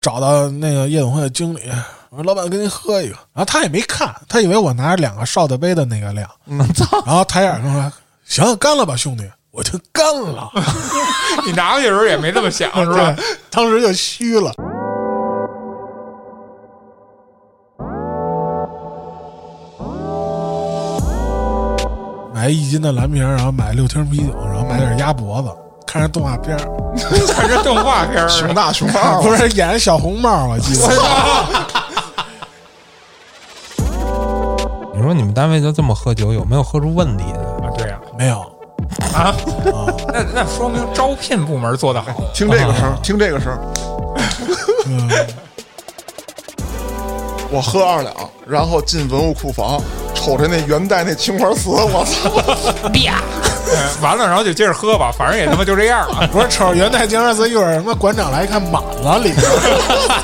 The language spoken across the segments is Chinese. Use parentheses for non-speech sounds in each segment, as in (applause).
找到那个夜总会的经理，我说老板跟您喝一个，然后他也没看，他以为我拿着两个哨子杯的那个量， (laughs) 嗯，操！然后抬眼跟我说：“行，干了吧，兄弟！”我就干了， (laughs) 你拿过去的时候也没这么 (laughs) 想，是吧？对，当时就虚了。买一斤的蓝瓶，然后买六听啤酒，然后买点鸭脖子，看着动画片儿，看这动画片儿，熊大熊二，不是演小红帽，我记得。 (laughs) 你说你们单位就这么喝酒，有没有喝出问题的？啊，对呀，没有，啊，那那说明招聘部门做得 (laughs) 好。听这个声儿，听这个声儿。 (laughs) 我喝二两，然后进文物库房，瞅着那元代那青花瓷，我操！嗯完了，然后就接着喝吧，反正也他妈就这样 (laughs) 了。不是瞅着元代京二字，一会儿什么馆长来一看满了里边儿。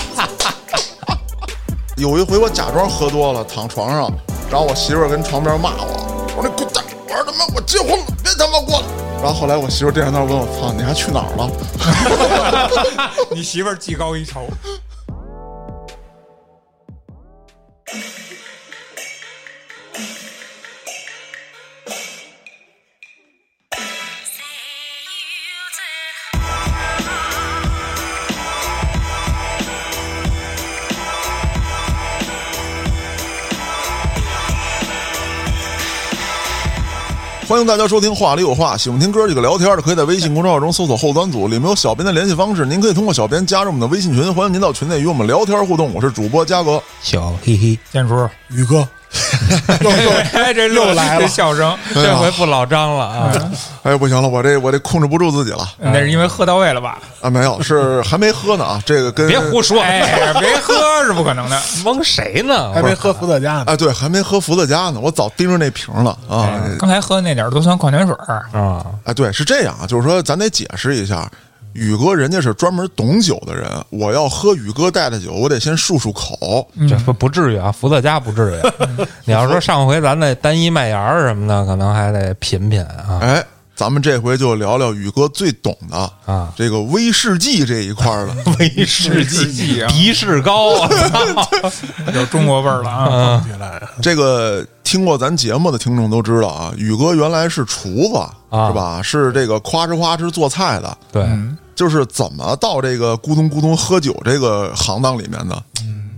有一回我假装喝多了，躺床上，然后我媳妇儿跟床边骂我，我说你滚蛋！我说他妈我结婚了，别他妈过来！然后后来我媳妇儿电话那儿问我，操，你还去哪儿了？你媳妇儿技高一筹，欢迎大家收听《话里有话》，喜欢听哥几个聊天的，可以在微信公众号中搜索“后端组”，里面有小编的联系方式，您可以通过小编加入我们的微信群，欢迎您到群内与我们聊天互动。我是主播嘉哥，小嘿嘿， (laughs) 建叔，宇哥，又又这又来了这笑声，哎这呀回不老张了啊！哎，不行了，我这我这控制不住自己了那是因为喝到位了吧？啊！没有，是还没喝呢啊，这个跟呃别胡说，哎，别喝是不可能 (laughs) 的。 (laughs) 蒙谁呢？还没喝伏特加呢。哎，对，还没喝伏特加呢，我早盯着那瓶了啊！刚才喝那点儿都算矿泉水儿，啊！哎，对，是这样啊，就是说咱得解释一下，宇哥人家是专门懂酒的人，我要喝宇哥带的酒，我得先漱漱口。嗯这不不至于啊，伏特加不至于。你要说上回咱那单一麦芽儿什么的，可能还得品品 (laughs) 啊。哎，咱们这回就聊聊宇哥最懂的啊这个威士忌这一块儿 (laughs) 的。威士忌啊迪士高 (laughs) 啊！有中国味儿了啊！起来，这个听过咱节目的听众都知道啊，宇哥原来是厨子、啊是吧？是这个夸哧夸哧做菜的，对，嗯就是怎么到这个咕咚咕咚喝酒这个行当里面的。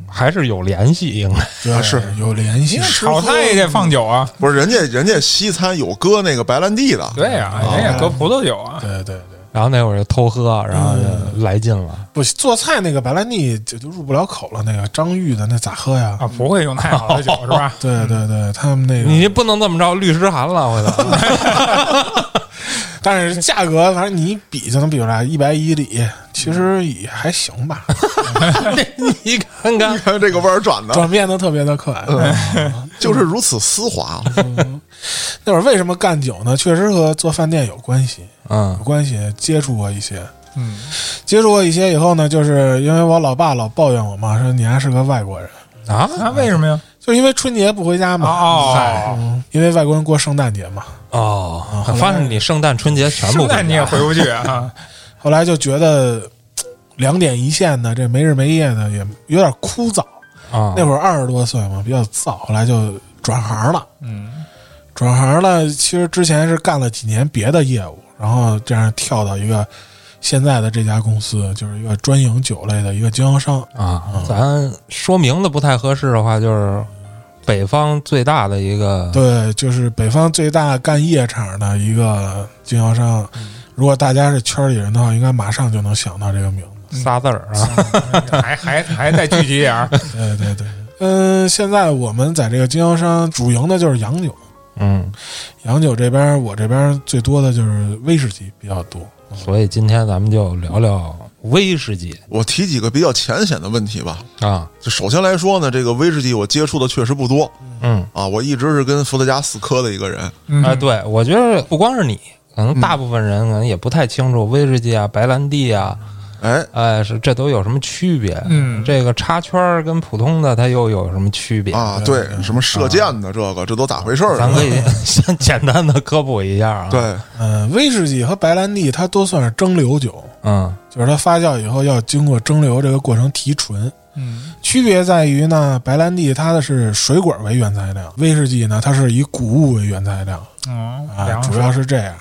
还是有联系，应该这是有联系。炒菜也得放酒啊，不是人家，人家西餐有搁那个白兰地 (laughs) 的，对呀，人也搁葡萄酒啊。对对对，然后那会儿就偷喝，然后嗯就来劲了。不做菜那个白兰地就就入不了口了，那个张裕的那咋喝呀？啊，不会用太好的酒是 (laughs) 吧？对对对，他们那个，你不能这么着，律师函了，回头 (laughs) 但是价格反正你一比就能比出来，一百一里其实也还行吧，你看看你看这个弯儿转的， (laughs) 转变的特别的快。就是如此丝滑。 (laughs) 那会儿为什么干酒呢？确实和做饭店有关系，嗯有关系，接触过一些。嗯，接触过一些以后呢，就是因为我老爸老抱怨我嘛，说你还是个外国人，啊那为什么呀？就因为春节不回家嘛，哦嗨嗯因为外国人过圣诞节嘛，哦，发现你圣诞、春节全啊部圣诞你也回不去 (laughs) 啊？后来就觉得嘖两点一线的这没日没夜的也有点枯燥。哦啊那会儿二十多岁嘛，比较燥，后来就转行了。嗯，转行了，其实之前是干了几年别的业务，然后这样跳到一个现在的这家公司，就是一个专营酒类的一个经销商。啊，咱说明的不太合适的话，就是北方最大的一个对，就是北方最大干夜场的一个经销商。如果大家是圈里人的话，应该马上就能想到这个名字。仨字儿啊， (laughs) 还还还再聚集点 (laughs) 儿，对对对，嗯，现在我们在这个经销商主营的就是洋酒，嗯，洋酒这边我这边最多的就是威士忌比较多。所以今天咱们就聊聊威士忌我提几个比较浅显的问题吧。啊，就首先来说呢，这个威士忌我接触的确实不多嗯，啊，我一直是跟伏特加死磕的一个人。嗯哎，啊对，我觉得不光是你，可能大部分人可能也不太清楚威士忌啊、白兰地啊，哎，哎，是这都有什么区别？嗯这个插圈儿跟普通的它又有什么区别？啊，对，什么射箭的这个，这都咋回事儿咱啊？可以 (laughs) 先简单的科普一下啊。对，嗯，威士忌和白兰地它都算是蒸馏酒，嗯就是它发酵以后要经过蒸馏这个过程提纯。嗯区别在于呢，白兰地它的是水果为原材料，威士忌呢它是以谷物为原材料哦，啊，粮食主要是这样。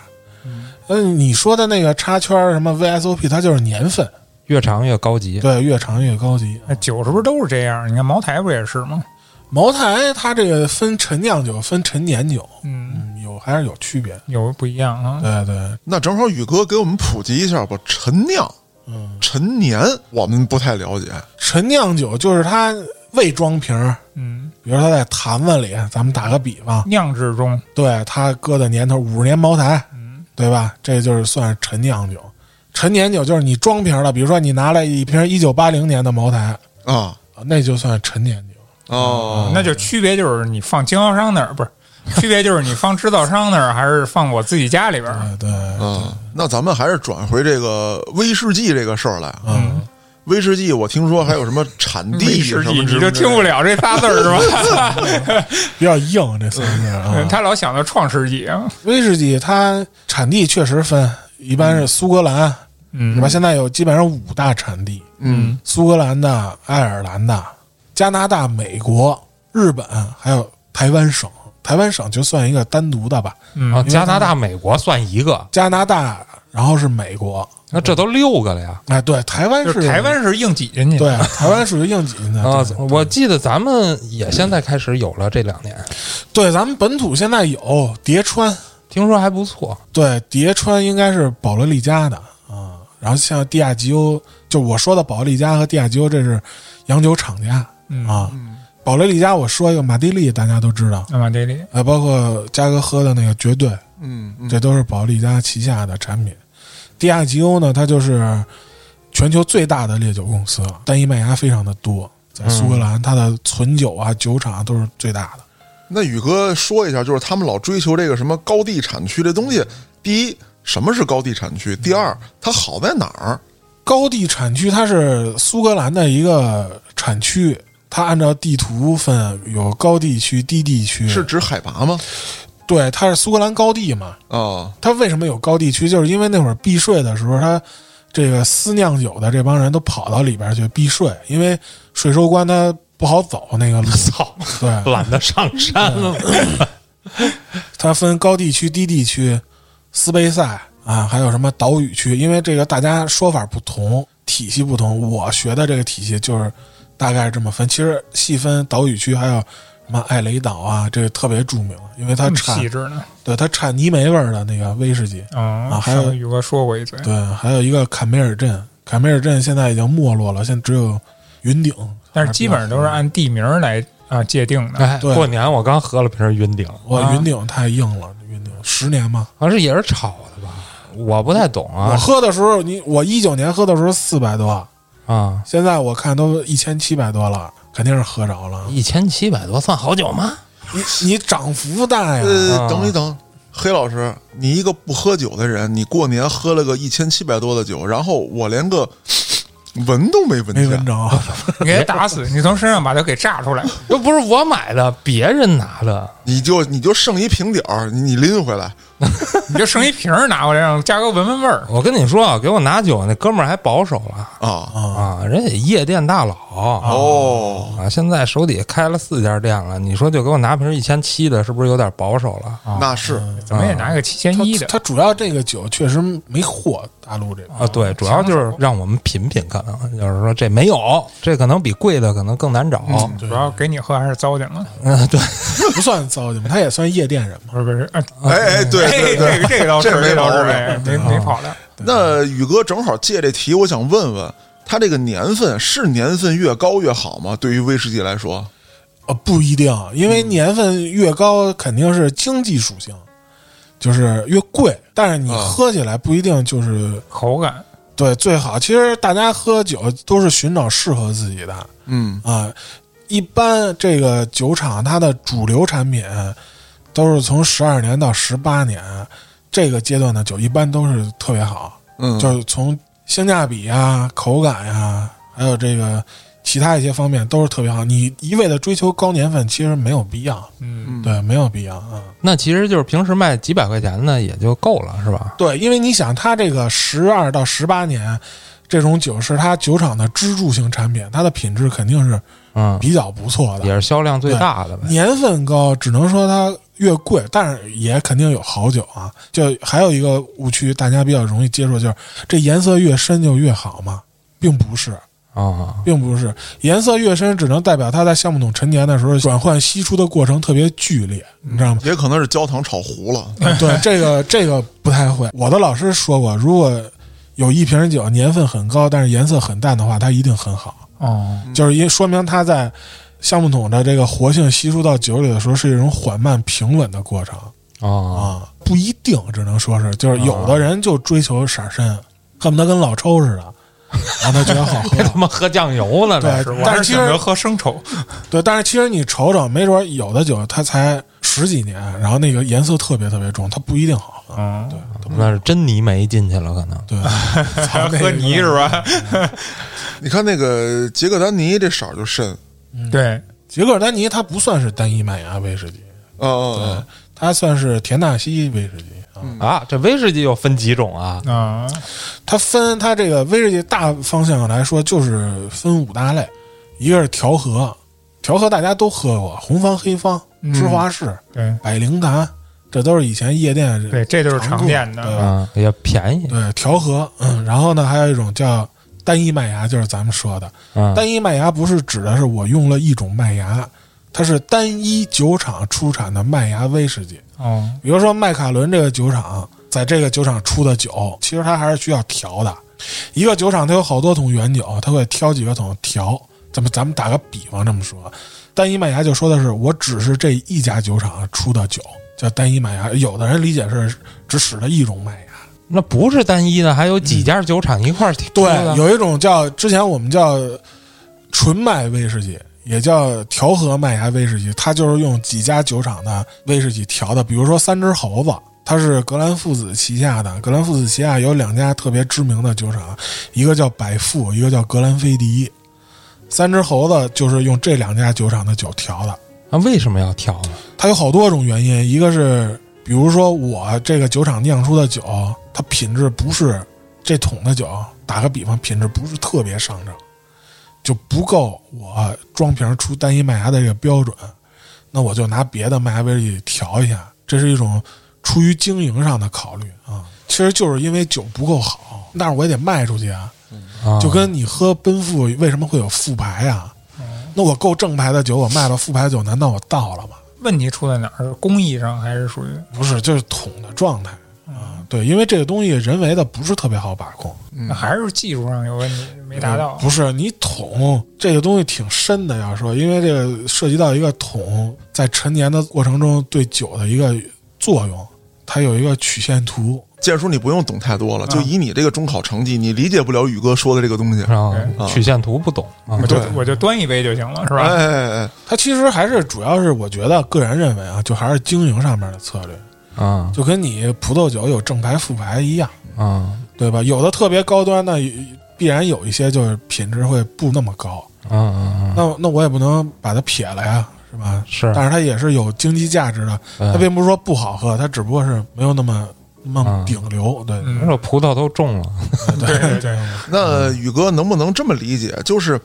嗯嗯，你说的那个插圈儿什么 VSOP，它就是年份，越长越高级。对，越长越高级。那酒是不是都是这样？你看茅台不也是吗？茅台它这个分陈酿酒、分陈年酒，嗯，嗯，有还是有区别。有不一样啊。对对，那正好宇哥给我们普及一下吧，陈酿、嗯，陈年我们不太了解，陈酿酒就是它未装瓶儿，嗯，比如它在坛子里，咱们打个比方，酿制中，对它搁的年头五十年茅台，嗯对吧？这就是算是陈酿酒。陈年酒就是你装瓶儿了，比如说你拿来一瓶一九八零年的茅台，啊那就算陈年酒。哦，那就区别就是你放经销商那儿不是，区别就是你放制造商那儿还是放我自己家里 (laughs) 边儿。啊对对，嗯，那咱们还是转回这个威士忌这个事儿来啊。嗯，威士忌，我听说还有什么产威地什士忌么之你类的就听不了这仨字儿 (laughs) 是吧？比较硬这三个字啊。他老想到创世纪啊。威士忌它产地确实分，一般是苏格兰，嗯对吧？现在有基本上五大产地：嗯，苏格兰的、爱尔兰的、加拿大、美国、日本，还有台湾省。台湾省就算一个单独的吧。然后嗯，啊加拿大、美国算一个，加拿大，然后是美国。那这都六个了呀。哎，对，台湾就是是台湾是硬挤进去的。对台湾属于应急的啊对，我记得咱们也现在开始有了，这两年对，咱们本土现在有叠川，听说还不错。对，叠川应该是保罗利加的啊、然后像蒂亚吉欧，就我说的保罗利加和蒂亚吉欧，这是洋酒厂家嗯啊。保罗利加，我说一个马蒂利，大家都知道，那马德里，呃，包括嘉哥喝的那个绝对，嗯嗯这都是保罗利加旗下的产品。蒂亚吉欧呢，它就是全球最大的烈酒公司了，单一麦芽非常的多，在苏格兰，它的存酒啊、酒厂啊都是最大的。那宇哥说一下，就是他们老追求这个什么高地产区这东西。第一，什么是高地产区？第二，它好在哪儿？高地产区它是苏格兰的一个产区，它按照地图分有高地区、低地区。是指海拔吗？对，它是苏格兰高地嘛？啊，它为什么有高地区？就是因为那会儿避税的时候，它这个私酿酒的这帮人都跑到里边去避税，因为税收官他不好走那个路。操，对， (laughs) 懒得上山了。它分高地区、低地区、斯杯赛啊，还有什么岛屿区，因为这个大家说法不同，体系不同。我学的这个体系就是大概这么分，其实细分岛屿区还有什么艾雷岛啊，这个特别著名，因为它这么嗯产细致呢。对它产泥煤味儿的那个威士忌，啊啊还有上次宇哥说过一嘴。对，还有一个坎梅尔镇，坎梅尔镇现在已经没落了，现在只有云顶，但是基本上都是按地名儿来啊界定的。哎，对过年我刚喝了瓶云顶，哇，啊云顶太硬了，云顶十年嘛。好像是也是炒的吧？我不太懂我啊喝的时候，你我一九年喝的时候四百多，啊，现在我看都一千七百多了，肯定是喝着了。一千七百多算好酒吗？ (laughs) 你你涨幅大呀？呃，啊等一等，黑老师，你一个不喝酒的人，你过年喝了个一千七百多的酒，然后我连个闻都没闻没见闻，着， (laughs) 你给他打死，你从身上把他给炸出来。又不是我买的，别人拿的。你就你就剩一瓶底儿，你你拎回来，你就剩一瓶儿拿过来，让嘉哥闻闻味儿。我跟你说啊，给我拿酒那哥们儿还保守了啊啊，人家夜店大佬哦，啊，现在手底下开了四家店了，你说就给我拿瓶一千七的，是不是有点保守了？那是怎啊么也拿个七千一它的。它主要这个酒确实没货，大陆这边。啊，对，主要就是让我们品品，可能就是说这没有，这可能比贵的可能更难找。嗯，主要给你喝还是糟践了，嗯，对，不算糟践吧，它也算夜店人嘛。不是不是，啊哎哎，对这个对这对，个这个倒是这没这倒是毛病哎没没跑了。那宇哥正好借这题，我想问问，他这个年份是年份越高越好吗？对于威士忌来说，呃，不一定，因为年份越高，肯定是经济属性，就是越贵。但是你啊喝起来不一定就是口感，对最好。其实大家喝酒都是寻找适合自己的啊、嗯一般这个酒厂它的主流产品都是从十二年到十八年这个阶段的酒，一般都是特别好。嗯，啊就是从性价比啊、口感呀、还有这个其他一些方面都是特别好。你一味的追求高年份，其实没有必要，嗯，对，没有必要啊。那其实就是平时卖几百块钱的也就够了，是吧？对，因为你想，它这个十二到十八年这种酒是它酒厂的支柱型产品，它的品质肯定是嗯，比较不错也的。是销量最大的呗。年份高，只能说它越贵，但是也肯定有好酒啊。就还有一个误区，大家比较容易接受，就是这颜色越深就越好嘛，并不是，啊，并不是颜色越深只能代表它在橡木桶陈年的时候转换析出的过程特别剧烈，你知道吗？也可能是焦糖炒糊了。 (laughs) 对，这个这个不太会。我的老师说过，如果有一瓶酒年份很高，但是颜色很淡的话，它一定很好，哦，就是因说明它在橡木桶的这个活性吸收到酒里的时候是一种缓慢平稳的过程哦，啊，不一定，只能说是就是有的人就追求色儿深，恨不得跟老抽似的，然后他觉得好喝这。他妈喝酱油呢，这对是我但还是是其选实择喝生抽，对，但是其实你瞅瞅，没准有的酒它才十几年，然后那个颜色特别特别重，它不一定好喝。嗯，对，它不那是真泥煤进去了，可能。 (laughs) 对，还操要那喝个泥是吧？你看那个杰克丹尼这色儿就深， (laughs) 对，杰克丹尼它不算是单一麦芽威士忌，嗯嗯对嗯，，它算是田纳西威士忌啊。啊，这威士忌又分几种啊？啊，它分它这个威士忌大方向来说，就是分五大类，一个是调和，调和大家都喝过，红方、黑方、嗯芝华士、对百灵坛，这都是以前夜店对，这就是常常做见的，嗯，也便宜。对调和。嗯，然后呢，还有一种叫单一麦芽，就是咱们说的嗯，单一麦芽，不是指的是我用了一种麦芽，它是单一酒厂出产的麦芽威士忌。哦，比如说麦卡伦这个酒厂，在这个酒厂出的酒，其实它还是需要调的。一个酒厂它有好多桶原酒，它会挑几个桶调。咱们咱们打个比方这么说，单一麦芽就说的是我只是这一家酒厂出的酒，叫单一麦芽。有的人理解是只使了一种麦芽，那不是单一的，还有几家酒厂一块儿提出的嗯对，有一种叫之前我们叫纯麦威士忌，也叫调和麦芽威士忌，它就是用几家酒厂的威士忌调的。比如说三只猴子，它是格兰父子旗下的，格兰父子旗下有两家特别知名的酒厂，一个叫百富，一个叫格兰菲迪。三只猴子就是用这两家酒厂的酒调的，那为什么要挑呢？它有好多种原因，一个是比如说我这个酒厂酿出的酒，它品质不是这桶的酒，打个比方，品质不是特别上乘，就不够我装瓶出单一麦芽的这个标准，那我就拿别的麦芽威士忌调一下，这是一种出于经营上的考虑啊。其实就是因为酒不够好，但是我也得卖出去啊。啊就跟你喝奔富为什么会有副牌啊？那我够正牌的酒，我卖了副牌酒，难道我倒了吗？问题出在哪儿？工艺上还是属于不是，就是桶的状态嗯啊。对，因为这个东西人为的不是特别好把控，那还是技术上有问题，没达到。不是你桶这个东西挺深的，要说，因为这个涉及到一个桶在陈年的过程中对酒的一个作用，它有一个曲线图。建叔你不用懂太多了，就以你这个中考成绩，你理解不了宇哥说的这个东西。哎啊嗯对曲线图不懂啊我就对我就端一杯就行了，是吧？哎哎哎，它其实还是主要是我觉得个人认为啊，就还是经营上面的策略，啊就跟你葡萄酒有正牌副牌一样，啊对嗯吧？有的特别高端的，呃必然有一些就是品质会不那么高，啊啊！那那我也不能把它撇了呀，是吧？是，但是它也是有经济价值的。它嗯并不是说不好喝，它只不过是没有那么那么顶流。对嗯这葡萄都种了，对对对，那宇哥能不能这么理解？就是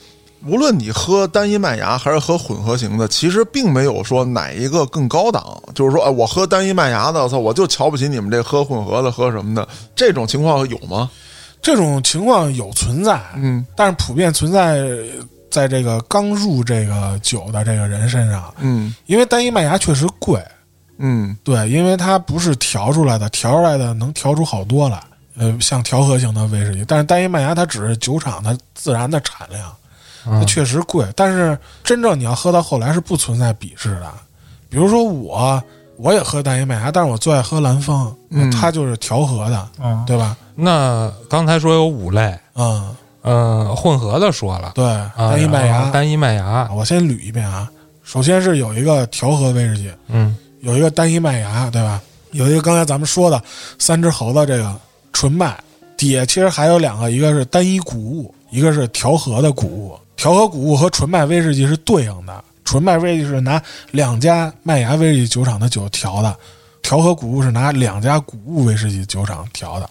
无论你喝单一麦芽还是喝混合型的，其实并没有说哪一个更高档。就是说，哎，我喝单一麦芽的，我操，我就瞧不起你们这喝混合的、喝什么的，这种情况有吗？这种情况有存在，嗯但是普遍存在在这个刚入这个酒的这个人身上，嗯因为单一麦芽确实贵，嗯对，因为它不是调出来的，调出来的能调出好多来。呃，像调和型的威士忌，但是单一麦芽它只是酒厂它自然的产量，它嗯确实贵。但是真正你要喝到后来是不存在鄙视的。比如说我，我也喝单一麦芽，但是我最爱喝蓝方，嗯它就是调和的，嗯，对吧？那刚才说有五类，嗯，嗯，混合的说了，对，啊单一麦然芽哦后。单一麦芽，我先捋一遍啊，首先是有一个调和威士忌，嗯有一个单一麦芽，对吧？有一个刚才咱们说的三只猴子这个纯麦，底下其实还有两个，一个是单一谷物，一个是调和的谷物，调和谷物和纯麦威士忌是对应的。纯麦威士忌是拿两家麦芽威士忌酒厂的酒调的，调和谷物是拿两家谷物威士忌酒厂调的。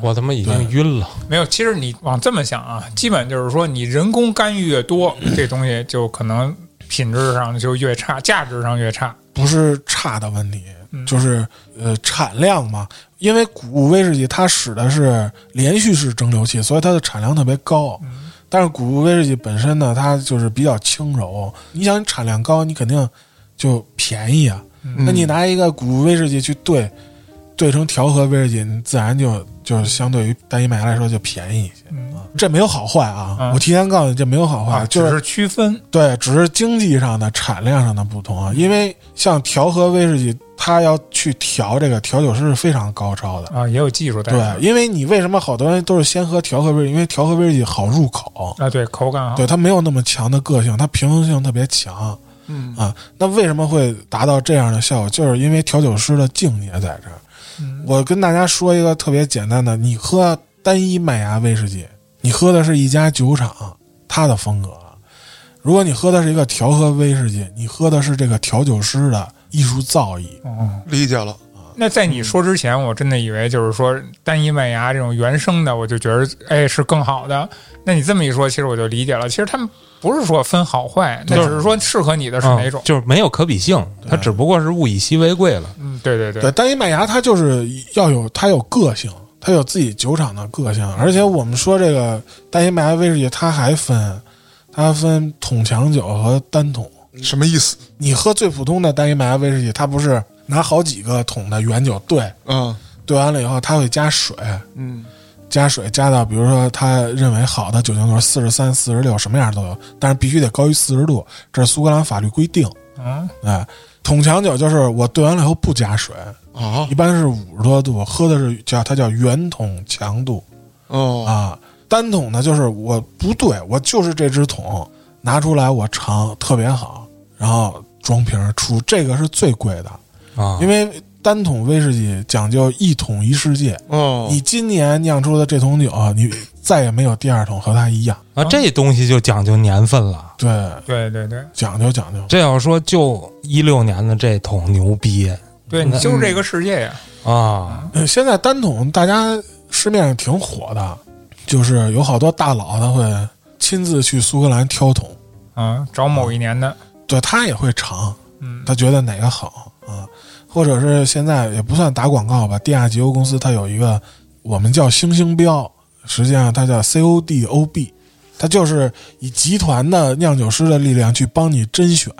我他妈已经晕了。没有，其实你往这么想啊，基本就是说，你人工干预越多，这东西就可能品质上就越差，价值上越差。不是差的问题，嗯就是呃产量嘛。因为谷物威士忌它使的是连续式蒸馏器，所以它的产量特别高。嗯但是谷物威士忌本身呢，它就是比较轻柔。你想产量高，你肯定就便宜啊。嗯那你拿一个谷物威士忌去兑，兑成调和威士忌，你自然就就相对于单一麦芽来说就便宜一些啊。这没有好坏啊，嗯我提前告诉你，这没有好坏，啊，就只是区分，对，只是经济上的、产量上的不同啊。因为像调和威士忌，它要去调这个调酒师是非常高超的。啊，也有技术在对里面，因为你为什么好多人都是先喝调和威士忌？因为调和威士忌好入口，啊，对，口感好，对它没有那么强的个性，它平衡性特别强嗯啊。那为什么会达到这样的效果？就是因为调酒师的境界在这儿。嗯我跟大家说一个特别简单的，你喝单一麦芽威士忌，你喝的是一家酒厂它的风格；如果你喝的是一个调和威士忌，你喝的是这个调酒师的艺术造诣。哦，嗯理解了，那在你说之前，我真的以为就是说单一麦芽这种原生的，我就觉得哎是更好的。那你这么一说，其实我就理解了。其实他们不是说分好坏，那对只是说适合你的是嗯哪种。就是没有可比性，它只不过是物以稀为贵了。嗯，对对对，对，单一麦芽它就是要有它有个性，它有自己酒厂的个性。而且我们说这个单一麦芽威士忌，它还分，它还分桶强酒和单桶。什么意思？你喝最普通的单一麦芽威士忌，它不是拿好几个桶的原酒兑，嗯兑完了以后它会加水，嗯加水加到，比如说他认为好的酒精度四十三、四十六，什么样都有，但是必须得高于四十度，这是苏格兰法律规定。嗯，哎，桶强酒就是我兑完了以后不加水，啊一般是五十多度，喝的是叫它叫原桶强度哦啊。单桶呢就是我不兑，我就是这只桶拿出来我尝特别好，然后装瓶儿出，这个是最贵的，啊因为单桶威士忌讲究一桶一世界。哦你今年酿出的这桶酒，啊你再也没有第二桶和它一样。啊，这东西就讲究年份了。对，对对对讲究讲究。这要说就一六年的这桶牛逼对，你就是这个世界呀。啊，呃现在单桶大家市面上挺火的，就是有好多大佬他会亲自去苏格兰挑桶，啊，找某一年的，对他也会尝，嗯，他觉得哪个好啊，或者是现在也不算打广告吧，地亚吉欧公司它有一个我们叫星星标，实际上它叫 CODOB，它就是以集团的酿酒师的力量去帮你甄选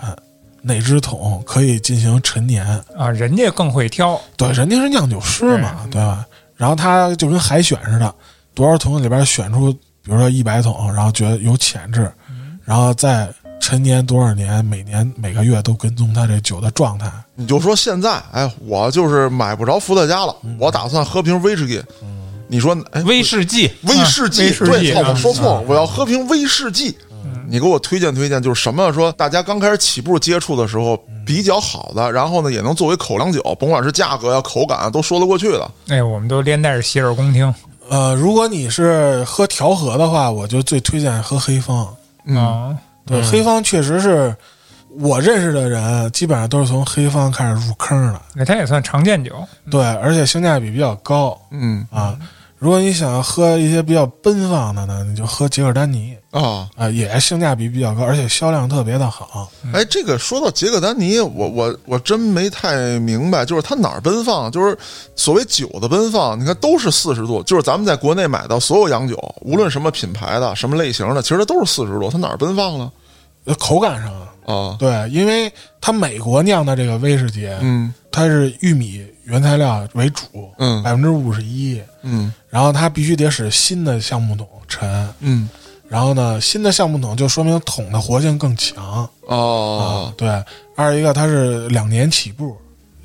哪只桶可以进行陈年。啊，人家更会挑，对，人家是酿酒师嘛，对吧？然后他就跟海选似的，多少桶里边选出，比如说一百桶，然后觉得有潜质，然后再陈年多少年，每年每个月都跟踪他这酒的状态。你就说现在，哎，我就是买不着伏特加了，嗯我打算喝瓶威士忌。你说，哎，威士忌威士忌，啊威士忌嗯对，操，啊我说错了，我要喝瓶威士忌。你给我推荐推荐，就是什么说大家刚开始起步接触的时候比较好的，然后呢也能作为口粮酒，甭管是价格呀、口感啊都说得过去的。哎，我们都连带着洗耳恭听呃，如果你是喝调和的话，我就最推荐喝黑方。啊。嗯对，黑方确实是我认识的人，基本上都是从黑方开始入坑的。那它哎也算常见酒，对，而且性价比比较高嗯啊。如果你想喝一些比较奔放的呢，你就喝杰克丹尼啊，啊，也性价比比较高，而且销量特别的好。哎，这个说到杰克丹尼，我我我真没太明白，就是它哪儿奔放？就是所谓酒的奔放，你看都是四十度，就是咱们在国内买到所有洋酒，无论什么品牌的、什么类型的，其实它都是四十度，它哪儿奔放了？呃口感上啊，啊，对，因为它美国酿的这个威士忌，嗯它是玉米原材料为主，嗯百分之五十一，嗯然后它必须得使新的橡木桶沉，嗯，然后呢，新的橡木桶就说明桶的活性更强哦，对，二一个它是两年起步，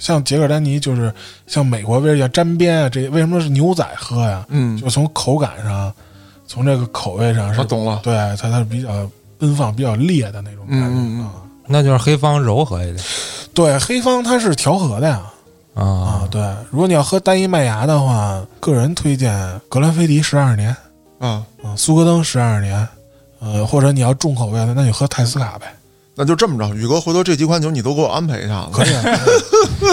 像杰克丹尼就是像美国威士忌沾边啊，这为什么是牛仔喝呀？嗯就从口感上，从这个口味上是，我懂了对，它它是比较奔放、比较烈的那种感觉啊。嗯嗯那就是黑方柔和一点对，黑方它是调和的呀。啊啊，对，如果你要喝单一麦芽的话，个人推荐格兰菲迪十二年啊、啊，啊，苏格登十二年，呃，或者你要重口味的，那你喝泰斯卡呗， (laughs) 那就这么着，宇哥，回头这几款酒你都给我安排一下子可。以，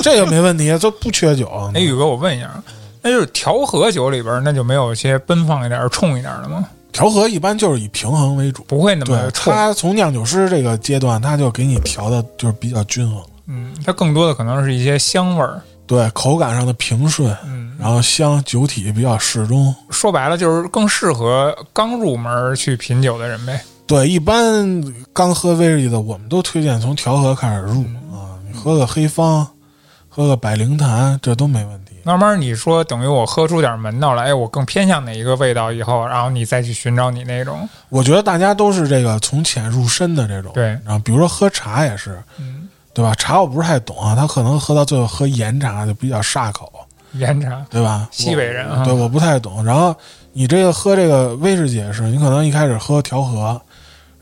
这个没问题，这不缺酒。啊哎，宇哥，我问一下，那就是调和酒里边儿，那就没有一些奔放一点儿、冲一点儿的吗？调和一般就是以平衡为主，不会那么对，冲，他从酿酒师这个阶段，他就给你调的就是比较均衡，嗯，它更多的可能是一些香味儿。对，口感上的平顺，嗯，然后香酒体比较适中。说白了就是更适合刚入门儿去品酒的人呗。对，一般刚喝威士忌的，我们都推荐从调和开始入啊，你喝个黑方，喝个百灵坛，这都没问题。慢慢你说，等于我喝出点门道来，哎，我更偏向哪一个味道以后，然后你再去寻找你那种，我觉得大家都是这个从浅入深的这种，对然后比如说喝茶也是，嗯，对吧？茶我不是太懂啊，他可能喝到最后喝岩茶就比较煞口，岩茶。对吧？西北人我啊对，，我不太懂。然后你这个喝这个威士忌也是，你可能一开始喝调和，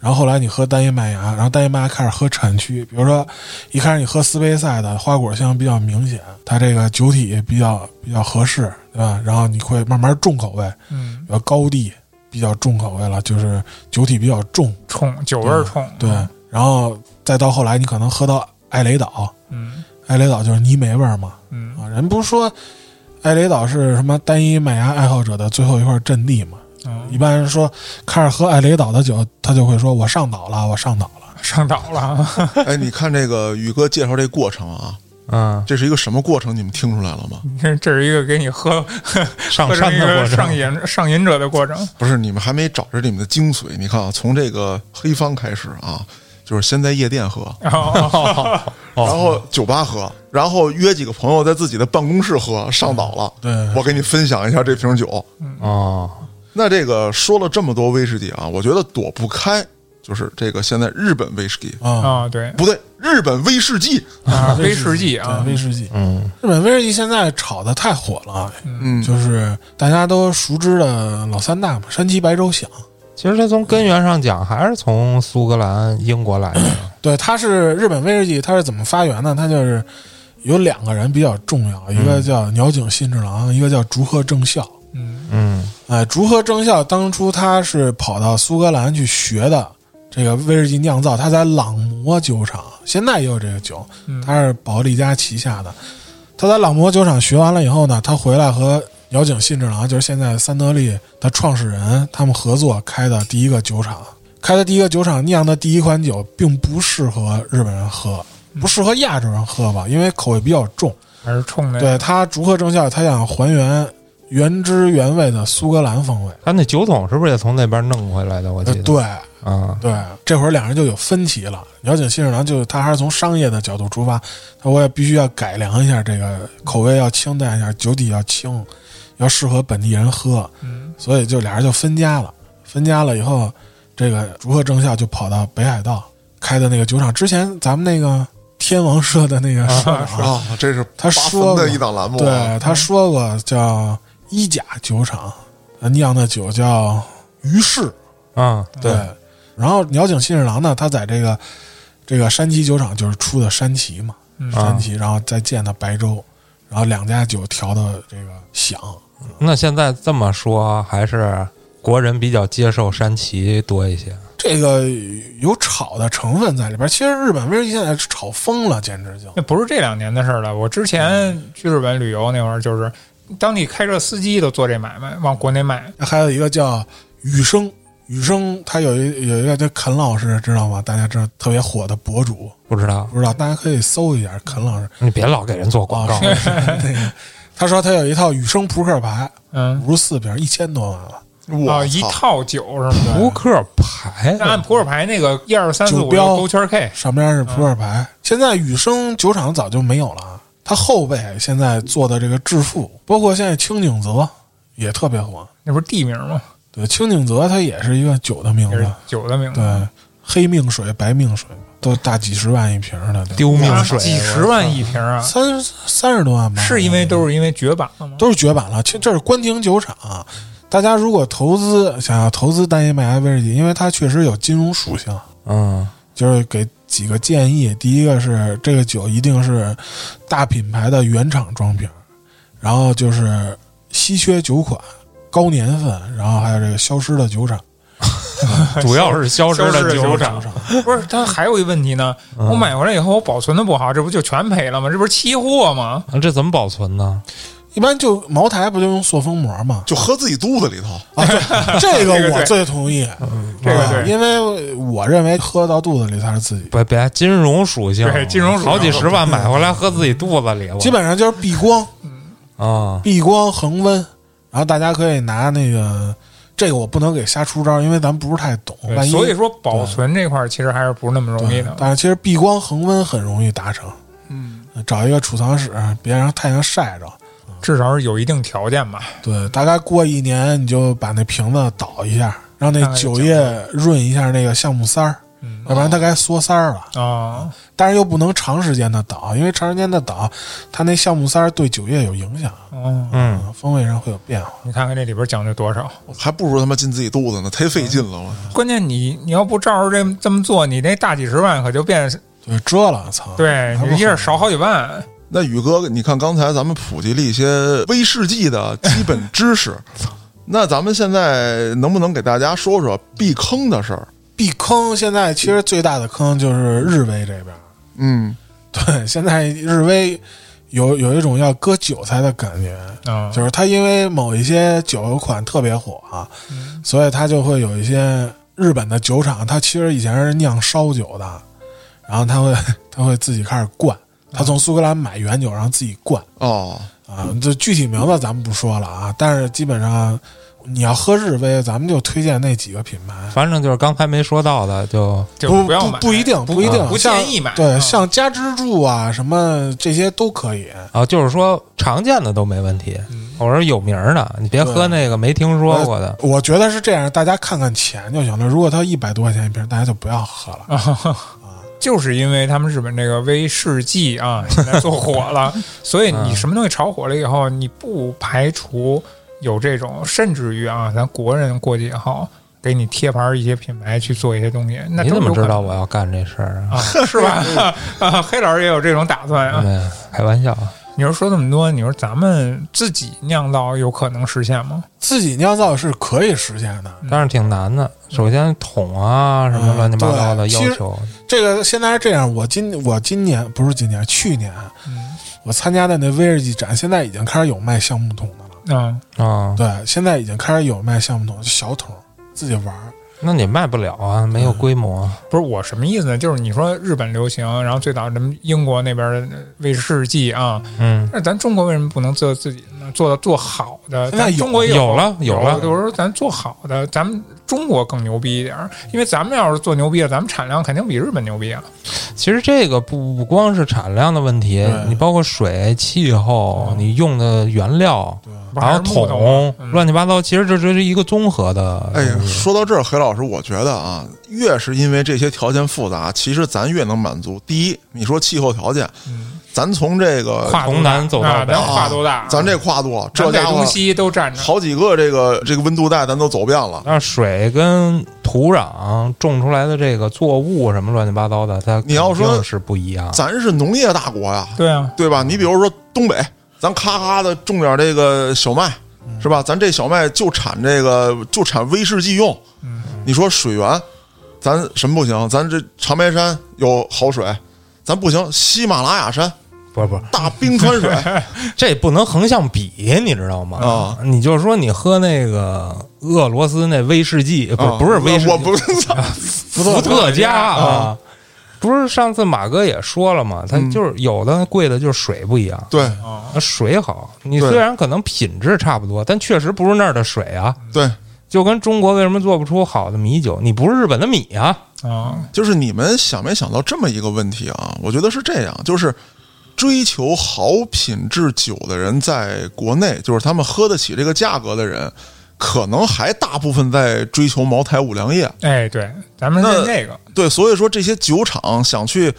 然后后来你喝单一麦芽，然后单一麦芽开始喝产区，比如说一开始你喝斯杯赛的花果香比较明显，它这个酒体比较比较合适，对吧？然后你会慢慢重口味，嗯，比较呃高地比较重口味了，就是酒体比较重，冲酒味儿冲，对。然后再到后来，你可能喝到艾雷岛，嗯艾雷岛就是泥煤味儿嘛，嗯，啊，人不是说艾雷岛是什么单一麦芽爱好者的最后一块阵地嘛？嗯一般人说开始喝艾雷岛的酒，他就会说我上岛了，我上岛了。上岛了啊，哎，你看这个宇哥介绍这过程啊，嗯，这是一个什么过程？你们听出来了吗？ (laughs) 这这是一个给你喝 (laughs) (laughs) 上喝成山一的个过上程，瘾上瘾者的 (laughs) 过程。不是，你们还没找着里面的精髓。你看啊，从这个黑方开始啊，就是先在夜店喝，然后哦然后酒吧喝，然后约几个朋友在自己的办公室喝，上岛了。对我给你分享一下这瓶酒。哦，那这个说了这么多威士忌啊，我觉得躲不开就是这个现在日本威士忌， (laughs) 啊，啊，对不对，日本威士忌。啊，威士忌对啊，威士忌，嗯，日本威士忌现在炒的太火了，嗯，就是大家都熟知的老三大嘛，山崎白州响。其实它从根源上讲，还是从苏格兰、英国来的。对，它是日本威士忌，它是怎么发源呢？它就是有两个人比较重要，一个叫鸟井信治郎，一个叫竹贺正孝。嗯嗯哎，竹贺正孝当初他是跑到苏格兰去学的这个威士忌酿造，他在朗摩酒厂，现在也有这个酒，嗯，他是保利加旗下的。他在朗摩酒厂学完了以后呢，他回来和鸟井信治郎，就是现在三得利的创始人，他们合作开的第一个酒厂，开的第一个酒厂酿的第一款酒，并不适合日本人喝，不适合亚洲人喝吧，因为口味比较重。还是冲的，对他竹贺正孝，他想还原原汁原味的苏格兰风味。他那酒桶是不是也从那边弄回来的？我呃，记得。对啊，对，这会儿两人就有分歧了。鸟井新治郎就是他还是从商业的角度出发，他说我也必须要改良一下这个口味，要清淡一下，酒底要轻，要适合本地人喝，嗯所以就俩人就分家了。分家了以后，这个竹贺正孝就跑到北海道开的那个酒厂，之前咱们那个天王社的那个社长，啊，这是他八说分过的一档栏目啊。对他说过叫一甲酒厂，呃酿的酒叫于氏。啊，对，然后鸟井信治郎呢，他在这个这个山崎酒厂就是出的山崎嘛，嗯山崎，然后再建的白州，然后两家酒调的这个响，那现在这么说，还是国人比较接受山崎多一些。这个有炒的成分在里边。其实日本威士忌现在炒疯了，简直就那不是这两年的事儿了。我之前去日本旅游那会儿，就是当地开车司机都做这买卖，往国内卖。还有一个叫雨生。雨生他有一有一个叫肯老师，知道吗？大家知道特别火的博主，不知道，不知道大家可以搜一下肯老师。你别老给人做广告。哦是 (laughs) 那个，他说他有一套雨生扑克牌，嗯，五十四瓶，一千多万了。啊，我一操，套酒是吗？扑克牌啊那按扑克牌那个一二三四酒五标六勾圈 K，上边是扑克牌。啊现在雨生酒厂早就没有了啊，他后辈现在做的这个致富，包括现在清井泽也特别火。那不是地名吗？对，清井泽它也是一个酒的名也是字，酒的名字。对，黑命水、白命水都大几十万一瓶的，对吧丢命啊水，几十万一瓶 (laughs) 啊！三三十多万吧？是因为都是因为绝版了吗？都是绝版了。其实这是关停酒厂啊、大家如果投资想要投资单一麦芽威士忌，因为它确实有金融属性，嗯就是给几个建议。第一个是这个酒一定是大品牌的原厂装瓶，然后就是稀缺酒款，高年份，然后还有这个消失的酒厂，嗯主要是消失消失的的酒酒厂厂， (laughs) 不是，它还有一问题呢，嗯我买回来以后我保存的不好，这不就全赔了吗？这不是期货吗？啊这怎么保存呢？一般就茅台不就用塑封膜 (laughs) 吗？就喝自己肚子里头。啊，对这这个个我对最同意，这个啊对，因为我认为喝到肚子里才是自己，别别，金融属性，对金融属性好几十万买回来喝自己肚子里了，基本上就是避光、啊，避光、恒温，然后大家可以拿那个。这个我不能给瞎出招，因为咱不是太懂，对万一所以说保存这块儿其实还是不是那么容易对的，。嗯但是其实避光恒温很容易达成，呃嗯，找一个储藏室，别让太阳晒着。至少是有一定条件吧。对，大概过一年你就把那瓶子倒一下，让那看看酒液润一下那个橡木塞儿，嗯要不然它该缩塞儿了。啊，但是又不能长时间的倒，因为长时间的倒，它那橡木塞儿对酒液有影响，呃哦，嗯，风味上会有变化。你看看这里边讲究多少？还不如他妈进自己肚子呢，忒费劲了。我关键你你要不照着这这么做，你那大几十万可就变对，遮了，操！对还不你一好下少好几万。那宇哥，你看刚才咱们普及了一些威士忌的基本 (laughs) 知识，那咱们现在能不能给大家说说避坑的事儿？避坑现在其实最大的坑就是日威这边儿，嗯， (laughs) 对，现在日威有有一种要割韭菜的感觉，啊，就是它因为某一些酒款特别火、啊，嗯所以它就会有一些日本的酒厂，它其实以前是酿烧酒的，然后它会它会自己开始灌，它啊从苏格兰买原酒，然后自己灌哦，啊。这具体名字咱们不说了啊，但是基本上你要喝日威，咱们就推荐那几个品牌。反正就是刚才没说到的，就就不要不买，不一定，不一定，不像建议买对，啊像加支柱啊，什么这些都可以。啊，就是说常见的都没问题。嗯我说有名儿的，你别喝对那个没听说过的。我觉得是这样，大家看看钱就行了。如果它一百多块钱一瓶，大家就不要喝了。就是因为他们日本这个威士忌 (laughs) 啊，现在做火了，所以嗯你什么东西炒火了以后，你不排除有这种，甚至于啊，咱国人过去以后给你贴牌儿一些品牌去做一些东西，那你都怎么有可知能道我要干这事儿啊？啊？是吧？ (laughs) 啊，黑老师也有这种打算啊。对，开玩笑啊，你说说这么多，你说咱们自己酿造有可能实现吗？自己酿造是可以实现的。但是挺难的。首先桶啊，什么乱七八糟的嗯对要其实求，这个现在是这样，我今我今年不是今年，去年嗯我参加的那威士忌展，现在已经开始有卖橡木桶的了。啊，啊，对，现在已经开始有卖橡木桶，小桶自己玩儿。那你卖不了啊，没有规模。不是我什么意思呢？就是你说日本流行，然后最早咱们英国那边的威士忌啊，嗯，那咱中国为什么不能做自己呢？做的做好的，现在咱有中国也有了有有了就是说咱做好的，咱们中国更牛逼一点儿，因为咱们要是做牛逼了，咱们产量肯定比日本牛逼啊。其实这个不不光是产量的问题，对你包括水、气候、你用的原料，还有玩木头桶啊，嗯乱七八糟，其实这这是一个综合的。哎呀，说到这儿，黑老师，我觉得啊，越是因为这些条件复杂，其实咱越能满足。第一，你说气候条件，咱从这个嗯跨度呃从大南走啊到北咱跨度大，咱这跨度，啊这南北啊家伙东西都占着。好几个这个这个温度带，咱都走遍了。那水跟土壤种出来的这个作物什么乱七八糟的，它你要说肯定是不一样。咱是农业大国呀，对啊，对吧？你比如说东北，咱咔咔的种点这个小麦，是嗯吧？咱这小麦就产这个，就产威士忌用。嗯你说水源，咱什么不行？咱这长白山有好水，咱不行，喜马拉雅山不是不是，大冰川水这不能横向比，你知道吗？啊你就说你喝那个俄罗斯那威士忌，不、啊 (laughs) 不是威士忌，我不是 (laughs) 伏特加啊啊。不是上次马哥也说了嘛，它嗯就是有的贵的就是水不一样，对那水好，你对虽然可能品质差不嗯多，但确实不是那儿的水啊。对，就跟中国为什么做不出好的米酒，你不是日本的米啊，啊，就是你们想没想到这么一个问题啊？我觉得是这样，就是追求好品质酒的人，在国内就是他们喝得起这个价格的人，可能还大部分在追求茅台五粮液。哎，对，咱们那是那个，对，所以说这些酒厂想去嘖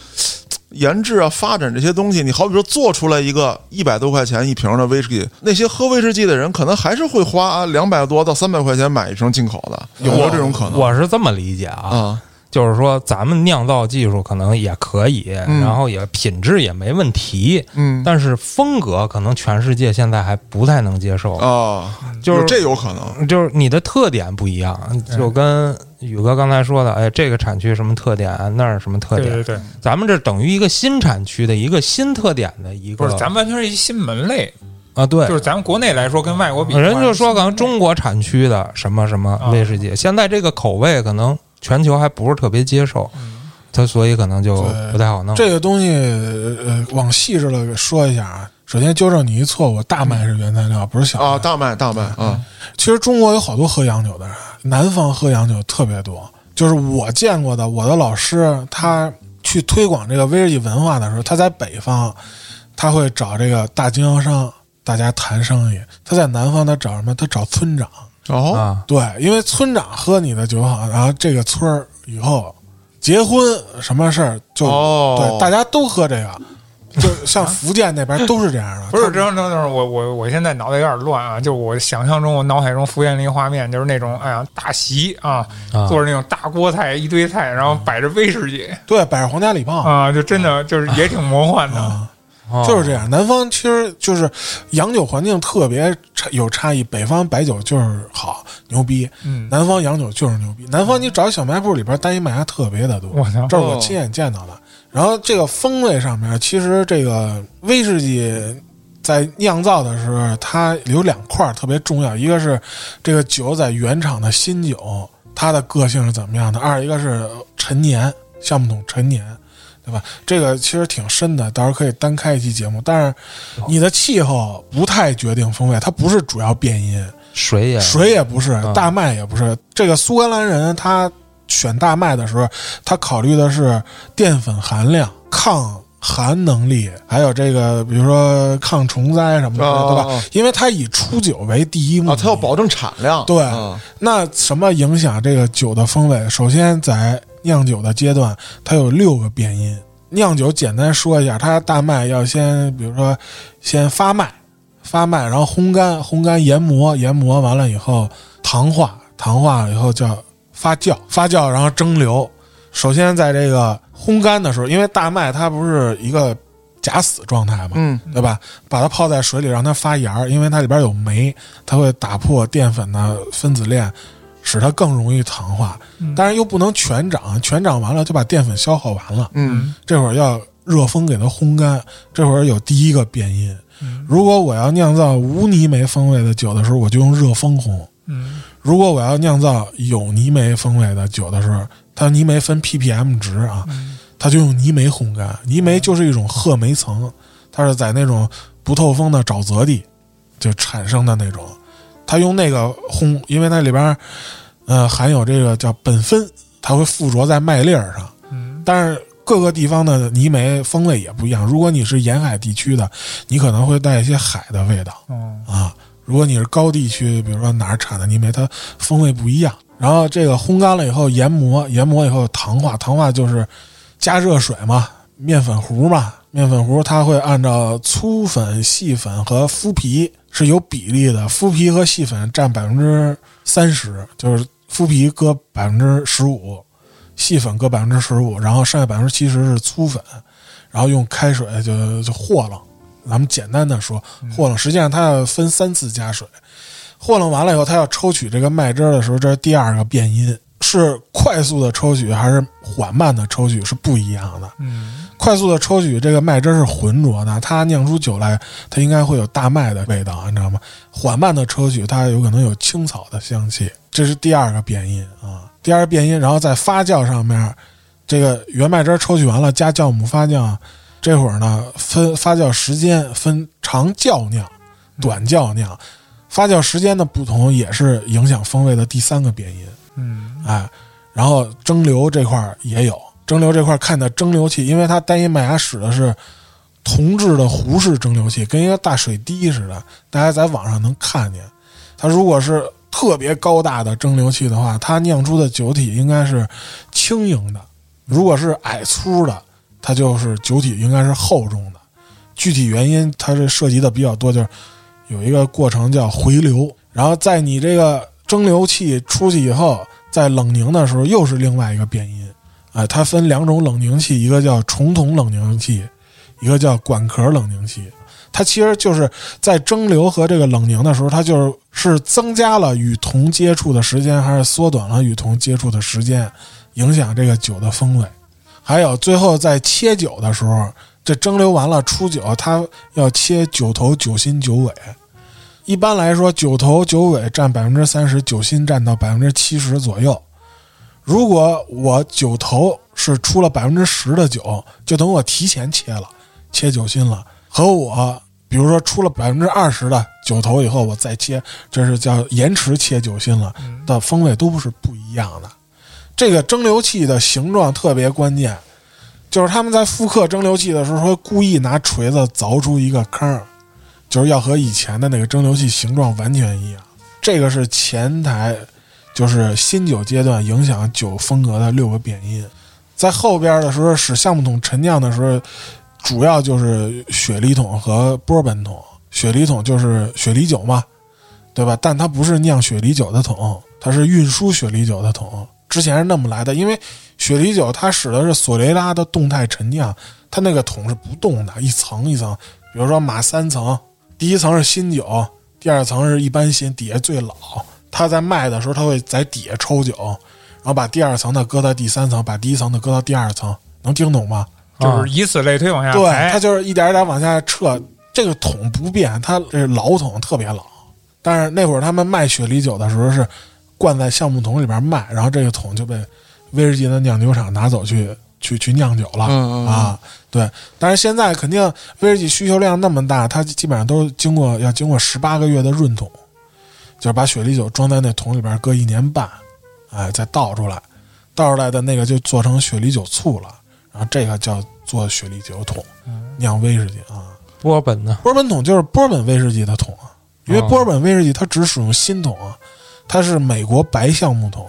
研制啊、发展这些东西，你好比说做出来一个一百多块钱一瓶的威士忌，那些喝威士忌的人可能还是会花两百多到三百块钱买一瓶进口的，有没有这种可能？我是这么理解啊。啊，就是说咱们酿造技术可能也可以，嗯然后也品质也没问题，嗯但是风格可能全世界现在还不太能接哦受，啊，就是有这有可能，就是你的特点不一样，哎就跟宇哥刚才说的，哎，这个产区什么特点，那儿什么特对点，对对，咱们这等于一个新产区的一个新特点的一不个，是，咱们完全是一新门类，啊，对就，是咱们国内来说跟外国比，人就说可能中国产区的什么什么啊威士忌，现在这个口味可能全球还不是特别接受，嗯它所以可能就对不太好弄。这个东西，呃，往细致了说一下啊。首先纠正你一错误，大麦是原材料，不是小麦啊，大麦大麦啊，其实中国有好多喝洋酒的人，南方喝洋酒特别多。就是我见过的，我的老师他去推广这个威士忌文化的时候，他在北方，他会找这个大经销商，大家谈生意；他在南方，他找什么？他找村长。哦，啊，对，因为村长喝你的酒好，然后这个村儿以后结婚什么事儿就、哦对，大家都喝这个。就像福建那边都是这样的，不是，真真的，我我我现在脑袋有点乱啊！就是我想象中，我脑海中浮现了一个画面，就是那种哎呀大席啊，啊做着那种大锅菜，一堆菜，然后摆着威士忌对，摆着皇家礼炮，啊，就真的就是也挺魔幻的。哦就是这样。南方其实就是洋酒环境特别差有差异，北方白酒就是好牛逼，嗯，南方洋酒就是牛逼。南方你找小卖部里边单一麦芽特别的多我，操这是我亲眼见到的。然后这个风味上面，其实这个威士忌在酿造的时候，它有两块儿特别重要，一个是这个酒在原厂的新酒，它的个性是怎么样的；二一个是陈年橡木桶陈年，对吧？这个其实挺深的，到时候可以单开一期节目。但是你的气候不太决定风味，它不是主要变因。水也水也不是嗯，大麦也不是。这个苏格兰人他选大麦的时候，他考虑的是淀粉含量、抗寒能力，还有这个比如说抗虫灾什么的，哦对哦哦吧？因为他以出酒为第一目的。啊，它要保证产量，对啊那什么影响这个酒的风味？首先在酿酒的阶段，它有六个变因。酿酒简单说一下，它大麦要先，比如说先发麦，发麦，然后烘干，烘干研磨，研磨完了以后糖化，糖化了以后叫发酵，发酵然后蒸馏。首先在这个烘干的时候，因为大麦它不是一个假死状态嘛，嗯，对吧？把它泡在水里，让它发芽儿，因为它里边有酶，它会打破淀粉的分子链，使它更容易糖化。但是又不能全长，全长完了就把淀粉消耗完了。嗯，这会儿要热风给它烘干，这会儿有第一个变因。如果我要酿造无泥煤风味的酒的时候，我就用热风烘；嗯如果我要酿造有泥煤风味的酒的时候，它泥煤分 ppm 值啊，它就用泥煤烘干。泥煤就是一种褐煤层，它是在那种不透风的沼泽地就产生的那种。它用那个烘，因为它里边儿呃含有这个叫苯酚，它会附着在麦粒儿上。嗯但是各个地方的泥煤风味也不一样。如果你是沿海地区的，你可能会带一些海的味道。嗯啊。如果你是高地区，比如说哪儿产的泥煤，它风味不一样。然后这个烘干了以后研磨，研磨以后糖化，糖化就是加热水嘛，面粉糊嘛，面粉糊它会按照粗粉、细粉和麸皮是有比例的，麸皮和细粉占百分之三十，就是麸皮搁百分之十五，细粉搁百分之十五，然后剩下百分之七十是粗粉，然后用开水就就和了。咱们简单的说，和冷实际上它要分三次加水，和冷完了以后，它要抽取这个麦汁儿的时候，这是第二个变因，是快速的抽取还是缓慢的抽取是不一样的。嗯快速的抽取这个麦汁儿是浑浊的，它酿出酒来，它应该会有大麦的味道，你知道吗？缓慢的抽取，它有可能有青草的香气，这是第二个变因啊。第二个变因，然后在发酵上面，这个原麦汁儿抽取完了，加酵母发酵，这会儿呢分发酵时间分长酵酿、短酵酿，发酵时间的不同也是影响风味的第三个变因。嗯哎，然后蒸馏这块儿也有，蒸馏这块儿看的蒸馏器，因为它单一麦芽使的是铜制的壶式蒸馏器，跟一个大水滴似的，大家在网上能看见。它如果是特别高大的蒸馏器的话，它酿出的酒体应该是轻盈的；如果是矮粗的，它就是酒体应该是厚重的。具体原因，它这涉及的比较多，就是有一个过程叫回流，然后在你这个蒸馏器出去以后，在冷凝的时候又是另外一个变因，哎，它分两种冷凝器，一个叫重筒冷凝器，一个叫管壳冷凝器。它其实就是在蒸馏和这个冷凝的时候，它就是是增加了与铜接触的时间，还是缩短了与铜接触的时间，影响这个酒的风味。还有最后在切酒的时候，这蒸馏完了出酒，它要切酒头、酒心、酒尾。一般来说，酒头、酒尾占百分之三十，酒心占到百分之七十左右。如果我酒头是出了百分之十的酒，就等于我提前切了，切酒心了。和我比如说出了百分之二十的酒头以后，我再切，这是叫延迟切酒心了，的风味都不是不一样的。这个蒸馏器的形状特别关键，就是他们在复刻蒸馏器的时候，会故意拿锤子凿出一个坑儿，就是要和以前的那个蒸馏器形状完全一样。这个是前台，就是新酒阶段影响酒风格的六个变因。在后边的时候，使橡木桶陈酿的时候，主要就是雪梨桶和波本桶。雪梨桶就是雪梨酒嘛，对吧？但它不是酿雪梨酒的桶，它是运输雪梨酒的桶。之前是那么来的，因为雪梨酒它使的是索雷拉的动态沉降，它那个桶是不动的，一层一层。比如说码三层，第一层是新酒，第二层是一般新，底下最老。它在卖的时候，它会在底下抽酒，然后把第二层的搁到第三层，把第一层的搁到第二层，能听懂吗？就是以此类推往下对，排它。就是一点一点往下撤。这个桶不变，它这是老桶特别老。但是那会儿他们卖雪梨酒的时候是灌在橡木桶里边卖，然后这个桶就被威士忌的酿酒厂拿走去去去酿酒了、嗯嗯嗯啊。对，但是现在肯定威士忌需求量那么大，它基本上都是经过要经过十八个月的润桶，就是把雪梨酒装在那桶里边搁一年半，哎，再倒出来，倒出来的那个就做成雪梨酒醋了，然后啊这个叫做雪梨酒桶酿威士忌啊。波本呢？波本桶就是波本威士忌的桶啊，因为哦波本威士忌它只使用新桶啊，它是美国白橡木桶，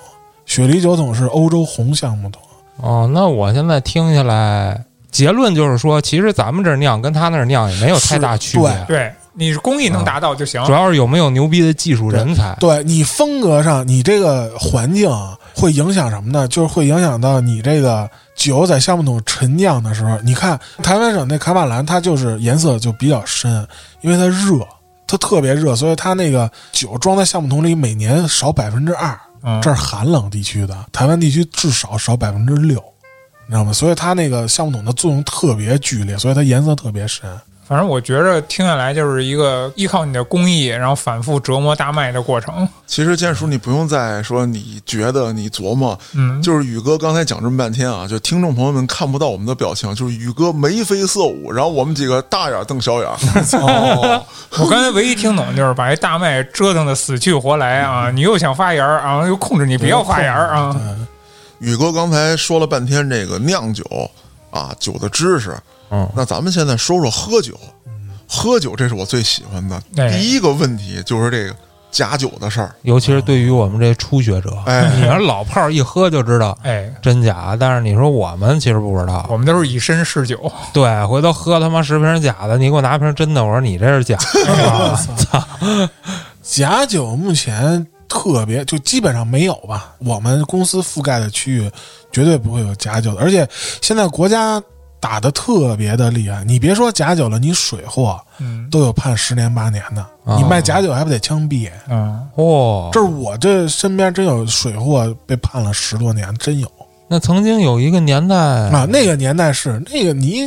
雪梨酒桶是欧洲红橡木桶。哦，那我现在听下来，结论就是说，其实咱们这儿酿跟他那儿酿也没有太大是区别，对，你是工艺能达到就行。主要是有没有牛逼的技术人才。对你风格上，你这个环境啊，会影响什么呢？就是会影响到你这个酒在橡木桶陈酿的时候。你看台湾省那卡马兰，它就是颜色就比较深，因为它热，它特别热，所以它那个酒装在橡木桶里每年少百分之二。嗯这是寒冷地区的，台湾地区至少少百分之六，你知道吗？所以它那个橡木桶的作用特别剧烈，所以它颜色特别深。反正我觉着听下来就是一个依靠你的工艺，然后反复折磨大麦的过程。其实建叔，你不用再说你觉得你琢磨，嗯，就是宇哥刚才讲这么半天啊，就听众朋友们看不到我们的表情，就是宇哥眉飞色舞，然后我们几个大眼瞪小眼儿。哦，我刚才唯一听懂就是把这大麦折腾的死去活来啊！你又想发芽儿啊，又控制你不要发芽儿啊！ (laughs) 宇哥刚才说了半天这个酿酒啊，酒的知识，嗯，那咱们现在说说喝酒。喝酒这是我最喜欢的。哎第一个问题就是这个假酒的事儿。尤其是对于我们这初学者，哎你要是老炮儿一喝就知道哎，真假，但是你说我们其实不知道我，们都是以身试酒，对，回头喝他妈十瓶假的，你给我拿瓶真的，我说你这是假的啊，假酒目前特别就基本上没有吧，我们公司覆盖的区域绝对不会有假酒的，而且现在国家打的特别的厉害，你别说假酒了，你水货嗯都有判十年八年的，啊你卖假酒还不得枪毙？ (laughs) 嗯，哦，这是我这身边真有水货被判了十多年，真有。那曾经有一个年代啊，那个年代是那个你，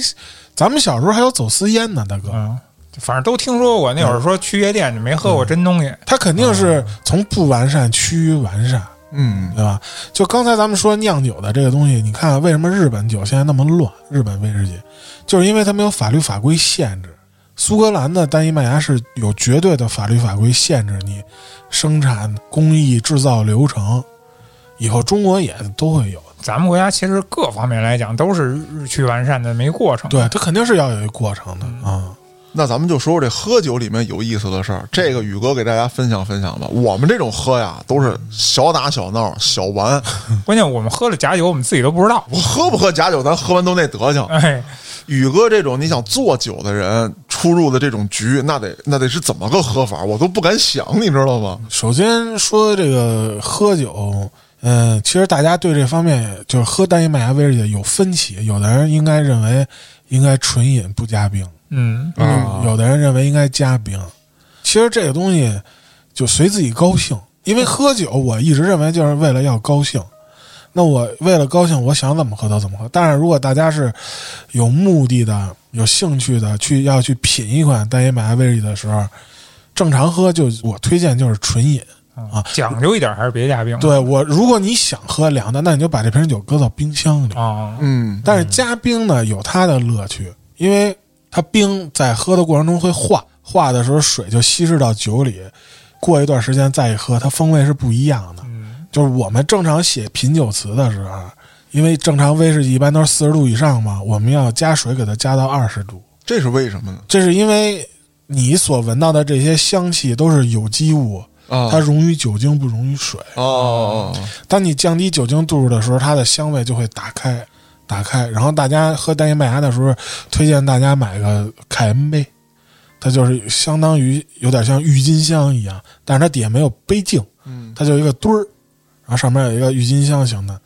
咱们小时候还有走私烟呢，大哥，嗯，反正都听说过。那会儿说去夜店，没喝过真东西。他肯定是从不完善趋于完善，嗯，对吧？就刚才咱们说酿酒的这个东西，你看为什么日本酒现在那么乱？日本威士忌就是因为它没有法律法规限制。苏格兰的单一麦芽是有绝对的法律法规限制你生产工艺、制造流程，以后中国也都会有。咱们国家其实各方面来讲都是日趋完善的，没过程。对，它肯定是要有一个过程的啊。那咱们就说说这喝酒里面有意思的事儿，这个宇哥给大家分享分享吧。我们这种喝呀，都是小打小闹、小玩。关键我们喝了假酒，我们自己都不知道。我喝不喝假酒，咱喝完都那德行。哎，宇哥这种你想做酒的人出入的这种局，那得那得是怎么个喝法，我都不敢想，你知道吗？首先说这个喝酒，嗯，其实大家对这方面就是喝单一麦芽威士忌有分歧，有的人应该认为应该纯饮不加冰，嗯啊有的人认为应该加冰。其实这个东西就随自己高兴，因为喝酒我一直认为就是为了要高兴。那我为了高兴，我想怎么喝都怎么喝。但是如果大家是有目的的、有兴趣的去要去品一款单一麦芽威士忌的时候，正常喝就我推荐就是纯饮。啊讲究一点还是别加冰。对我，如果你想喝凉的，那你就把这瓶酒搁到冰箱里。啊，嗯，但是加冰呢，有它的乐趣，因为它冰在喝的过程中会化，化的时候水就稀释到酒里，过一段时间再一喝，它风味是不一样的。嗯就是我们正常写品酒词的时候，啊因为正常威士忌一般都是四十度以上嘛，我们要加水给它加到二十度，这是为什么呢？这是因为你所闻到的这些香气都是有机物，啊它溶于酒精，不溶于水。哦哦哦，当你降低酒精度数的时候，它的香味就会打开，打开。然后大家喝单一麦芽的时候，推荐大家买个凯恩杯，它就是相当于有点像郁金香一样，但是它底下没有杯颈，嗯它就一个墩儿，然后上面有一个郁金香型的。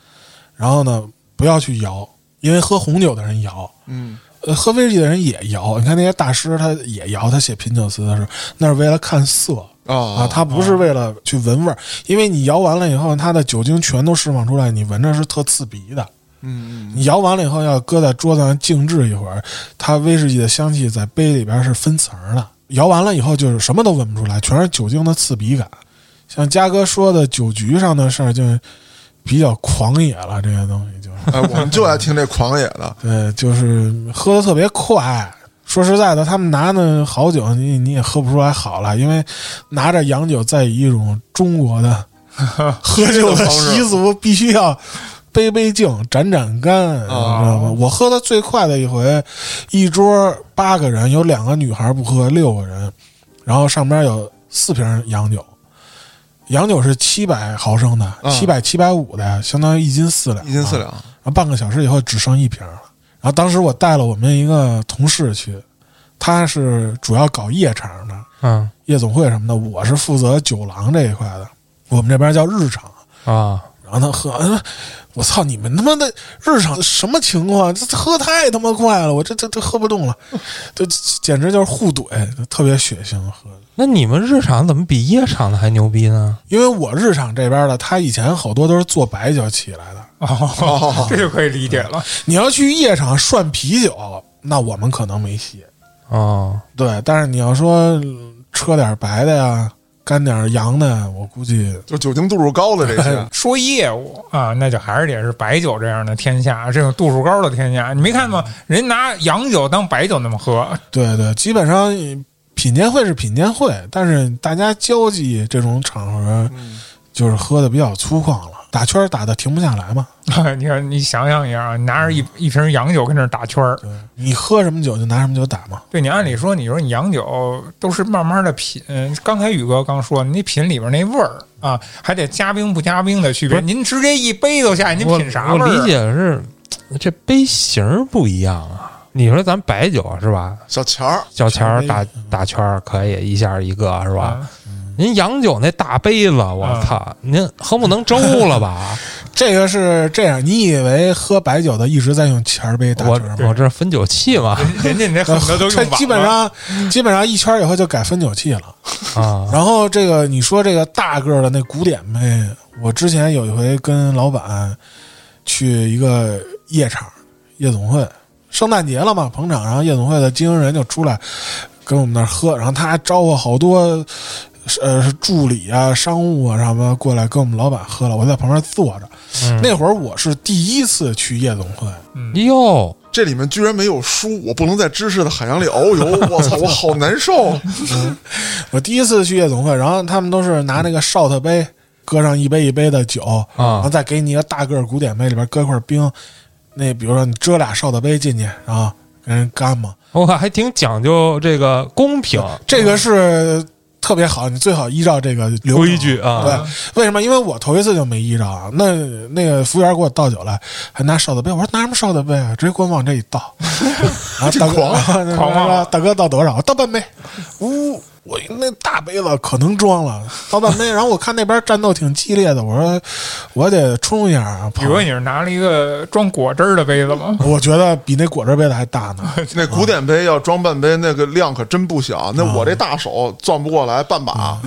然后呢，不要去摇，因为喝红酒的人摇，嗯呃，喝威士忌的人也摇。你看那些大师他也摇，他写品酒词的时候，那是为了看色。啊啊，它不是为了去闻味儿，因为你摇完了以后，它的酒精全都释放出来，你闻着是特刺鼻的。嗯嗯你摇完了以后，要搁在桌子上静置一会儿，它威士忌的香气在杯里边是分层儿的。摇完了以后，就是什么都闻不出来，全是酒精的刺鼻感。像嘉哥说的酒局上的事儿，就是比较狂野了，这些东西就是。哎，我们就爱听这狂野的，对，呃就是喝的特别快。说实在的，他们拿的好酒，你你也喝不出来好了，因为拿着洋酒，再以一种中国 (laughs) 的喝酒的习俗，必须要杯杯敬、盏啊盏干，你知道吗？我喝的最快的一回，一桌八个人，有两个女孩不喝，六个人，然后上边有四瓶洋酒，洋酒是七百毫升的，嗯七百七百五的，相当于一斤四两，一斤四啊两。 (laughs) 然后半个小时以后只剩一瓶了。然后当时我带了我们一个同事去，他是主要搞夜场的，嗯夜总会什么的，我是负责酒廊这一块的，我们这边叫日场。啊，然后他喝， (laughs) 嗯我操！你们他妈的日常什么情况？这这喝太他妈快了，我这这这喝不动了，这这 (laughs) 简直就是互怼，特别血腥喝的。那你们日常怎么比夜场的还牛逼呢？因为我日场这边的，他以前好多都是做白酒起来的，哦，这就可以理解了。你要去夜场涮啤酒，那我们可能没戏。哦，对，但是你要说车点白的呀，干点洋的呀，我估计就酒精度数高的这些，说业务啊，那就还是得是白酒这样的天下，这种度数高的天下。你没看吗？人拿洋酒当白酒那么 (laughs) 喝，对对，基本上品鉴会是品鉴会，但是大家交际这种场合嗯就是喝的比较粗犷了，打圈儿打的停不下来嘛。你看，你想想一下啊，你拿着一一瓶洋酒跟那儿打圈儿，对，你喝什么酒就拿什么酒打嘛。对你按理说，你说你洋酒都是慢慢的品，刚才宇哥刚说，你品里边那味儿啊，还得加冰不加冰的区别。您直接一杯都下去，您我品啥我味儿啊？理解的是这杯型儿不一样啊。你说咱白酒是吧？小钱儿，小钱儿打小杯嗯打圈儿可以一下一个是吧？啊，您洋酒那大杯子，我啊操，您喝不能粥了 (laughs) 吧？这个是这样，你以为喝白酒的一直在用钱儿杯打我圈儿我吗？这是分酒器嘛人家那很多都用这完了 (laughs) 基本上基本上一圈儿以后就改分酒器了。嗯啊然后这个你说这个大个儿的那古典杯，我之前有一回跟老板去一个夜场夜总会，圣诞节了嘛，捧场，然后夜总会的经营人就出来跟我们那儿喝，然后他还招呼好多呃助理啊、商务啊什么过来跟我们老板喝了，我在旁边坐着。嗯那会儿我是第一次去夜总会，嗯哟，这里面居然没有书，我不能在知识的海洋里 (laughs) 遨游，我操，我好难受。啊我第一次去夜总会，然后他们都是拿那个 shot 杯，搁上一杯一杯的酒，然后再给你一个大个儿古典杯，里边搁一块冰，那比如说你遮俩 shot 杯进去，然后跟人干嘛，我看还挺讲究这个公平这个是特别好，你最好依照这个嗯流程规。矩啊。对，为什么？因为我头一次就没依照啊。那那个服务员给我倒酒来，还拿烧的杯，我说拿什么烧的杯啊？直接给我往 (laughs) (laughs) 这一倒。然后大狂哥，狂妄大哥倒多少？我倒半杯。呜、我那大杯子可能装了，倒半杯。然后我看那边战斗挺激烈的，我说我得冲一下啊。宇朋哥，友你是拿了一个装果汁儿的杯子吗？ (laughs) 我觉得比那果汁杯子还大呢。那古典杯要装半杯，那个量可真不啊小。那我这大手攥不过来半把，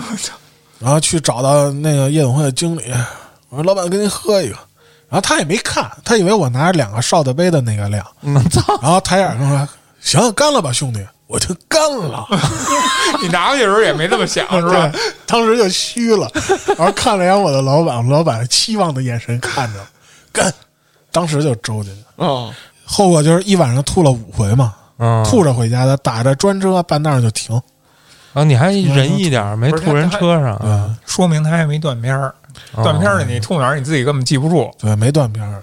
然后去找到那个夜总会的经理，我说老板给您喝一个。然后他也没看，他以为我拿着两个哨子杯的那个量，然后抬眼跟我说：“行，干了吧，兄弟！”我就干了， (laughs) 你拿过去的时候也没这么想，是吧对？，当时就虚了，然后看了眼我的老板，我老板期望的眼神看着我，干，当时就周进去了。啊，后果就是一晚上吐了五回嘛，嗯，吐着回家的，打着专车半道儿就停，啊，你还仁义点儿，没嗯不是吐人他嗯车上啊。说明他还没断片儿，断片儿的你吐哪儿你自己根本记不住。对，没断片儿。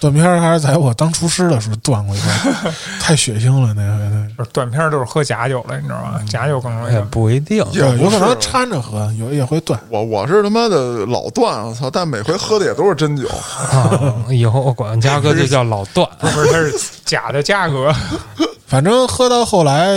断片儿还是在我当厨师的时候断过一回，太血腥了那回。那不是断片儿都是喝假酒了，你知道吗？假酒更容易也断。哎不一定，也不对，有可能是掺着喝，有也会断。我我是他妈的老断，我操！但每回喝的也都是真酒，啊嗯以后我管嘉哥就叫老段，不是，它是假的价格。反正喝到后来，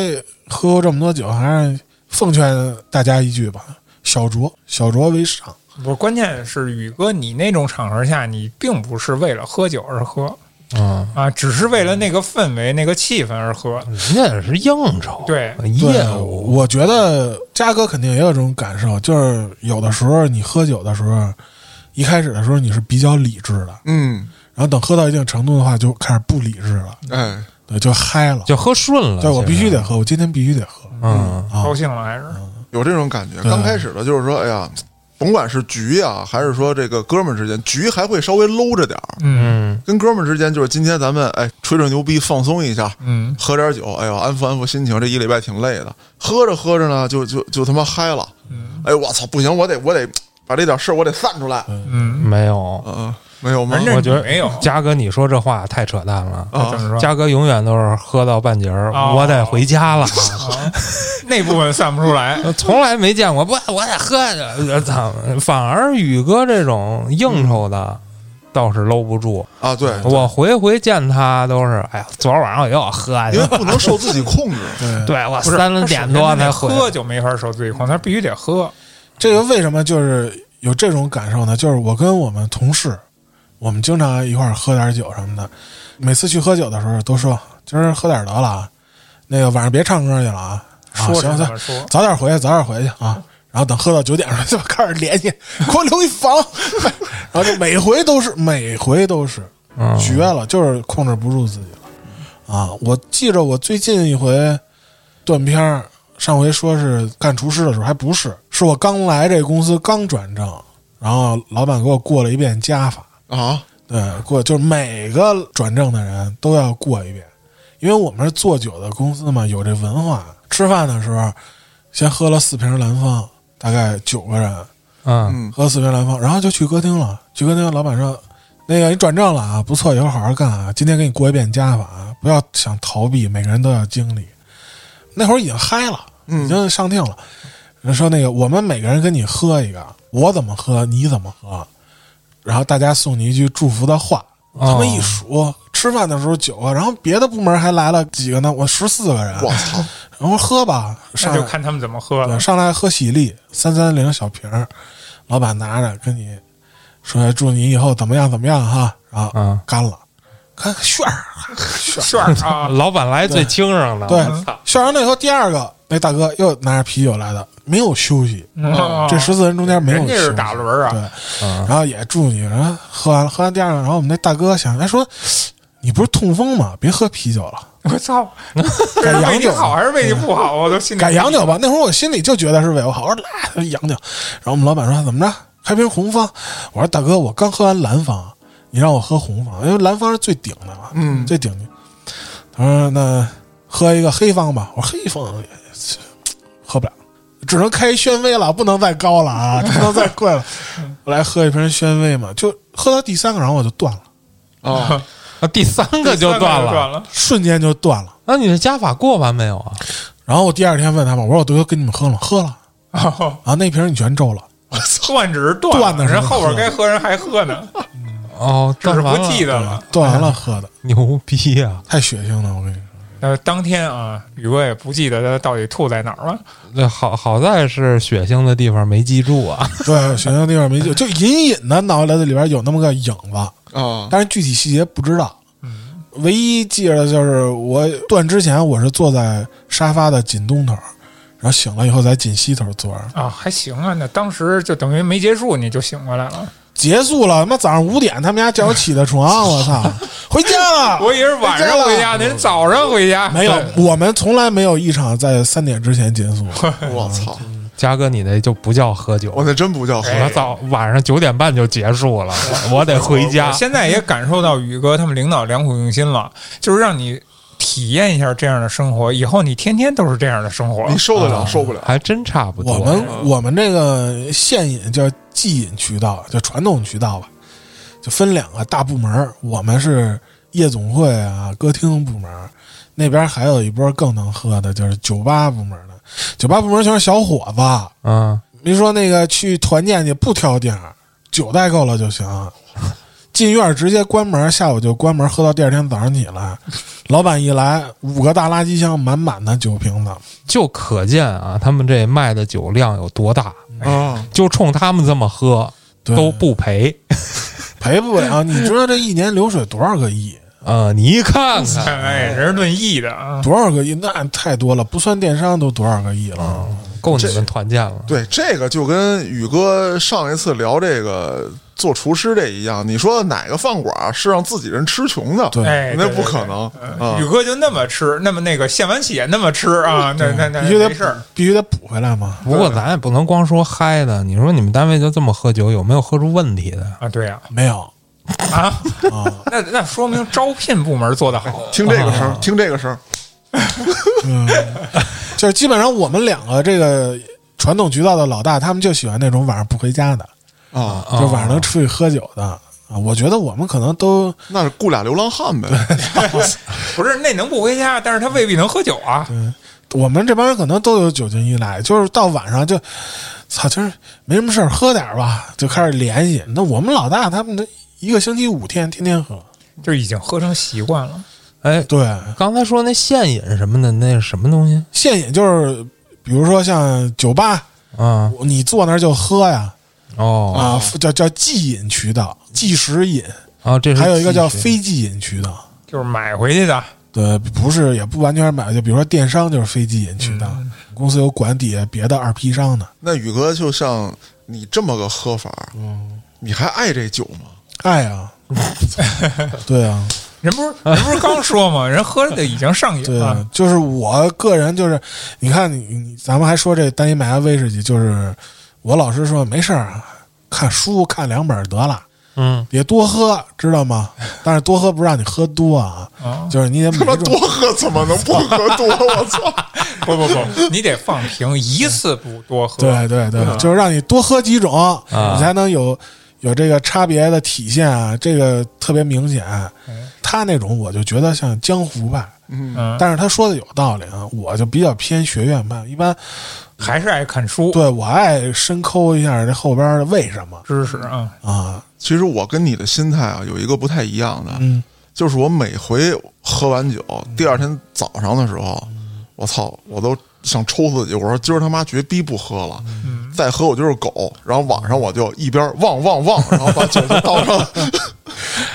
喝过这么多酒，还是奉劝大家一句吧：小酌，小酌为上。不是，关键是宇哥，你那种场合下，你并不是为了喝酒而喝嗯，啊，只是为了那个氛围、那个气氛而喝。人家也是应酬，哎对对业务，哎我觉得嘉哥肯定也有这种感受，就是有的时候你喝酒的时候，一开始的时候你是比较理智的，嗯，然后等喝到一定程度的话，就开始不理智了，哎，对，就嗯嗨了。就喝顺了。对，我必须其实，得喝，我今天必须得喝。嗯，啊高兴了还是？有这种感觉。对刚开始的就是说，哎呀，甭管是局啊，还是说这个哥们儿之间，局还会稍微搂着点儿。嗯嗯，跟哥们儿之间就是今天咱们哎吹吹牛逼，放松一下，嗯，喝点酒，哎呦安抚安抚心情。这一礼拜挺累的，喝着喝着呢，就就就他妈嗨了。哎我操，不行，我得我得把这点事儿我得散出来。没有，嗯，没有吗反？正我觉得啊没有嘉哥，你说这话太扯淡了。那怎么说？嘉哥永远都是喝到半截儿，哦我得回家了，那部分散不出来。 (laughs) 从来没见过不，我得喝 (laughs) 去。操，反而宇哥这种应酬的。倒是搂不住，啊，对，我回回见他都是，哎呀，昨儿晚上我又喝去因为了，不能受自己控制。对，对我不是三点多才他回，喝就没法受自己控，他必须得喝。这个为什么就是有这种感受呢？就是我跟我们同事，我们经常一块儿喝点酒什么的，每次去喝酒的时候都说今儿喝点儿得了啊，那个晚上别唱歌去了啊，啊说行什行么，说？早点回去，早点回去啊。然后等喝到九点的时候，就开始联系， (laughs) 给我留一房。然后就每回都是，每回都是嗯绝了，就是控制不住自己了啊！我记着我最近一回断片儿，上回说是干厨师的时候，还不是，是我刚来这公司刚转正，然后老板给我过了一遍加法， (laughs) 啊，对，过就是每个转正的人都要过一遍，因为我们是做酒的公司嘛，有这文化。吃饭的时候，先喝了四瓶兰芳，大概九个人嗯，嗯，喝四瓶兰芳，然后就去歌厅了。去歌厅，老板说：“那个你转正了啊，不错，以后好好干啊。今天给你过一遍加法啊，不要想逃避，每个人都要经历。”那会儿已经嗨了，嗯已经上腚了。人说那个我们每个人跟你喝一个，我怎么喝你怎么喝，然后大家送你一句祝福的话。他哦们一数，吃饭的时候九个，然后别的部门还来了几个呢，我十四个人。我操，然后喝吧，上那来就看他们怎么喝对嗯了。呃上来喝喜力三三零小瓶儿，老板拿着跟你说祝你以后怎么样怎么样哈，然后嗯干了，看炫儿啊炫儿，炫儿啊！老板来最清上的，对我操，炫完了以后第二个那大哥又拿着啤酒来的，没有休 (laughs) 息，嗯这十四人中间没有人家休是息打轮儿啊对，嗯然后也祝你，然后喝完了喝完第二个，然后我们那大哥想，哎说你不是痛风吗？别喝啤酒了，我 (laughs) 操！这改是为洋你酒好还是为你不嗯好啊？我都心里改洋酒吧。那会儿我心里就觉得是为我好，我说来洋酒。然后我们老板说怎么着，开瓶红方。我说大哥，我刚喝完蓝方，你让我喝红方，因为蓝方是最顶的嘛，嗯最顶的。他说那喝一个黑方吧。我说黑方也这喝不了，只能开宣威了，不能再高了啊，不能再贵了。我来喝一瓶宣威嘛，就喝到第三个，然后我就断了，啊，啊，第三个就断了，了。 (laughs) 了。瞬间就断了。那你的加法过完没有啊？然后我第二天问他们，我说我都跟你们喝了，喝了哦啊，那瓶你全周了。断只是断了断的时候人后边该喝人还喝呢，哦，只是断不完了记得了。断完了喝的，牛逼啊！太血腥了，我跟你说，呃，当天啊，宇哥也不记得他到底吐在哪儿了。那好好在是血腥的地方没记住啊，对， (laughs) 血腥地方没就就隐隐的脑袋里边有那么个影子，啊，但是具体细节不知道。嗯，唯一记着的就是我断之前，我是坐在沙发的紧东头，然后醒了以后在紧西头坐着。啊，还行啊，那当时就等于没结束你就醒过来了。结束了，他妈早上五点，他们家叫我起的床，啊我 (laughs) 操，回家了。我以为是晚上回家，您早上回家没有对，我们从来没有一场在三点之前结束。我操，嘉哥你那就不叫喝酒，我那真不叫喝，哎我早晚上九点半就结束 (laughs) 了，我我得回我家。现在也感受到宇哥他们领导良苦用心了，就是让你体验一下这样的生活，以后你天天都是这样的生活。你受得了受不了？还真差不多。嗯我们我们这个现饮叫即饮渠道，就传统渠道吧，就分两个大部门儿，我们是夜总会啊、歌厅部门儿，那边还有一波更能喝的，就是酒吧部门的。酒吧部门全是小伙子，嗯，您说那个去团建去不挑店儿，酒带够了就行。进院儿直接关门，下午就关门，喝到第二天早上起来。老板一来，五个大垃圾箱满满的酒瓶子，就可见啊，他们这卖的酒量有多大，啊，就冲他们这么喝对都不赔。赔不了。你知道这一年流水多少个亿？呃，你看看， (laughs) 哎，人是论亿的啊，多少个亿？那太多了，不算电商都多少个亿了。嗯够你们团建了。对，这个就跟宇哥上一次聊这个做厨师这一样，你说哪个饭馆是让自己人吃穷的？对哎，那对不可。能对啊宇！哥就那么吃，那么那个献完血那么吃啊，那那那必须得没事儿。必须得补回来嘛。不过咱也不能光说嗨的，你说你们单位就这么喝酒，有没有喝出问题的？啊，对呀、没有，啊，那那说明招聘部门做得好。听这个声儿，听这个声儿，就是基本上我们两个这个传统渠道的老大，他们就喜欢那种晚上不回家的，啊，就晚上能出去喝酒的啊。我觉得我们可能都那是雇俩流浪汉呗。不是，那能不回家，但是他未必能喝酒啊。我们这帮人可能都有酒精依赖，就是到晚上就，操，今儿没什么事儿，喝点儿吧，就开始联系。那我们老大他们这一个星期五天，天天喝，就已经喝成习惯了。哎，对，刚才说那现饮什么的，那是什么东西现饮就是，比如说像酒吧，啊？你坐那儿就喝呀，哦，啊，叫叫即饮渠道、即时饮，啊，这是还有一个叫继续非即饮渠道。就是买回去的，对，不是也不完全是买，就比如说电商就是非即饮渠道，嗯公司有管底下别的二批商的， (laughs) 那宇哥就像你这么个喝法，你还爱这酒吗？爱 (laughs) 啊，对啊，人不是人不是刚说吗？人喝的已经上瘾对了啊，，就是我个人就是，你看你你咱们还说这单一麦芽威士忌，就是我老师说没事儿啊，看书看两本儿得了。嗯，别多喝，知道吗？但是多喝不是让你喝多啊，啊就是你得每他妈种多喝怎么能不喝多？我操！不不不，你得放平，一次不多喝。对对对，就是让你多喝几种，你才能有有这个差别的体现啊，这个特别明显。他那种我就觉得像江湖派，嗯，但是他说的有道理啊，我就比较偏学院派。一般还是爱看书，对我爱深抠一下这后边的为什么知识啊，啊， (laughs) 其实我跟你的心态啊有一个不太一样的，嗯，就是我每回喝完酒，第二天早上的时候，我操，我都想抽自己。我说今儿他妈绝逼不喝了，再喝我就是狗。然后晚上我就一边旺旺旺，然后把酒就倒上。 (laughs)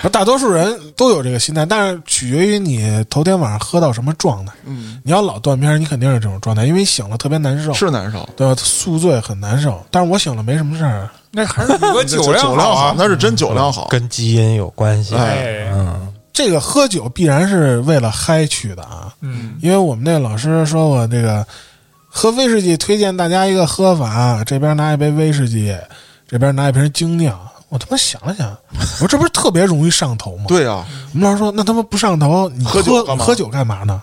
而大多数人都有这个心态，但是取决于你头天晚上喝到什么状态。嗯，你要老断片儿，你肯定是这种状态，因为醒了特别难受，是难受。对吧？宿醉很难受，但是我醒了没什么事儿啊，那还是宇哥酒量酒好量好，啊。嗯那是真酒量好。跟基因有关系。哎，嗯，这个喝酒必然是为了嗨去的啊，嗯，因为我们那老师说过，这个喝威士忌推荐大家一个喝法，这边拿一杯威士忌，这边拿一瓶精酿。我他妈想了想，我说这不是特别容易上头吗？对啊呀、我们老师说，那他妈不上头，你喝酒喝干嘛喝酒干嘛呢？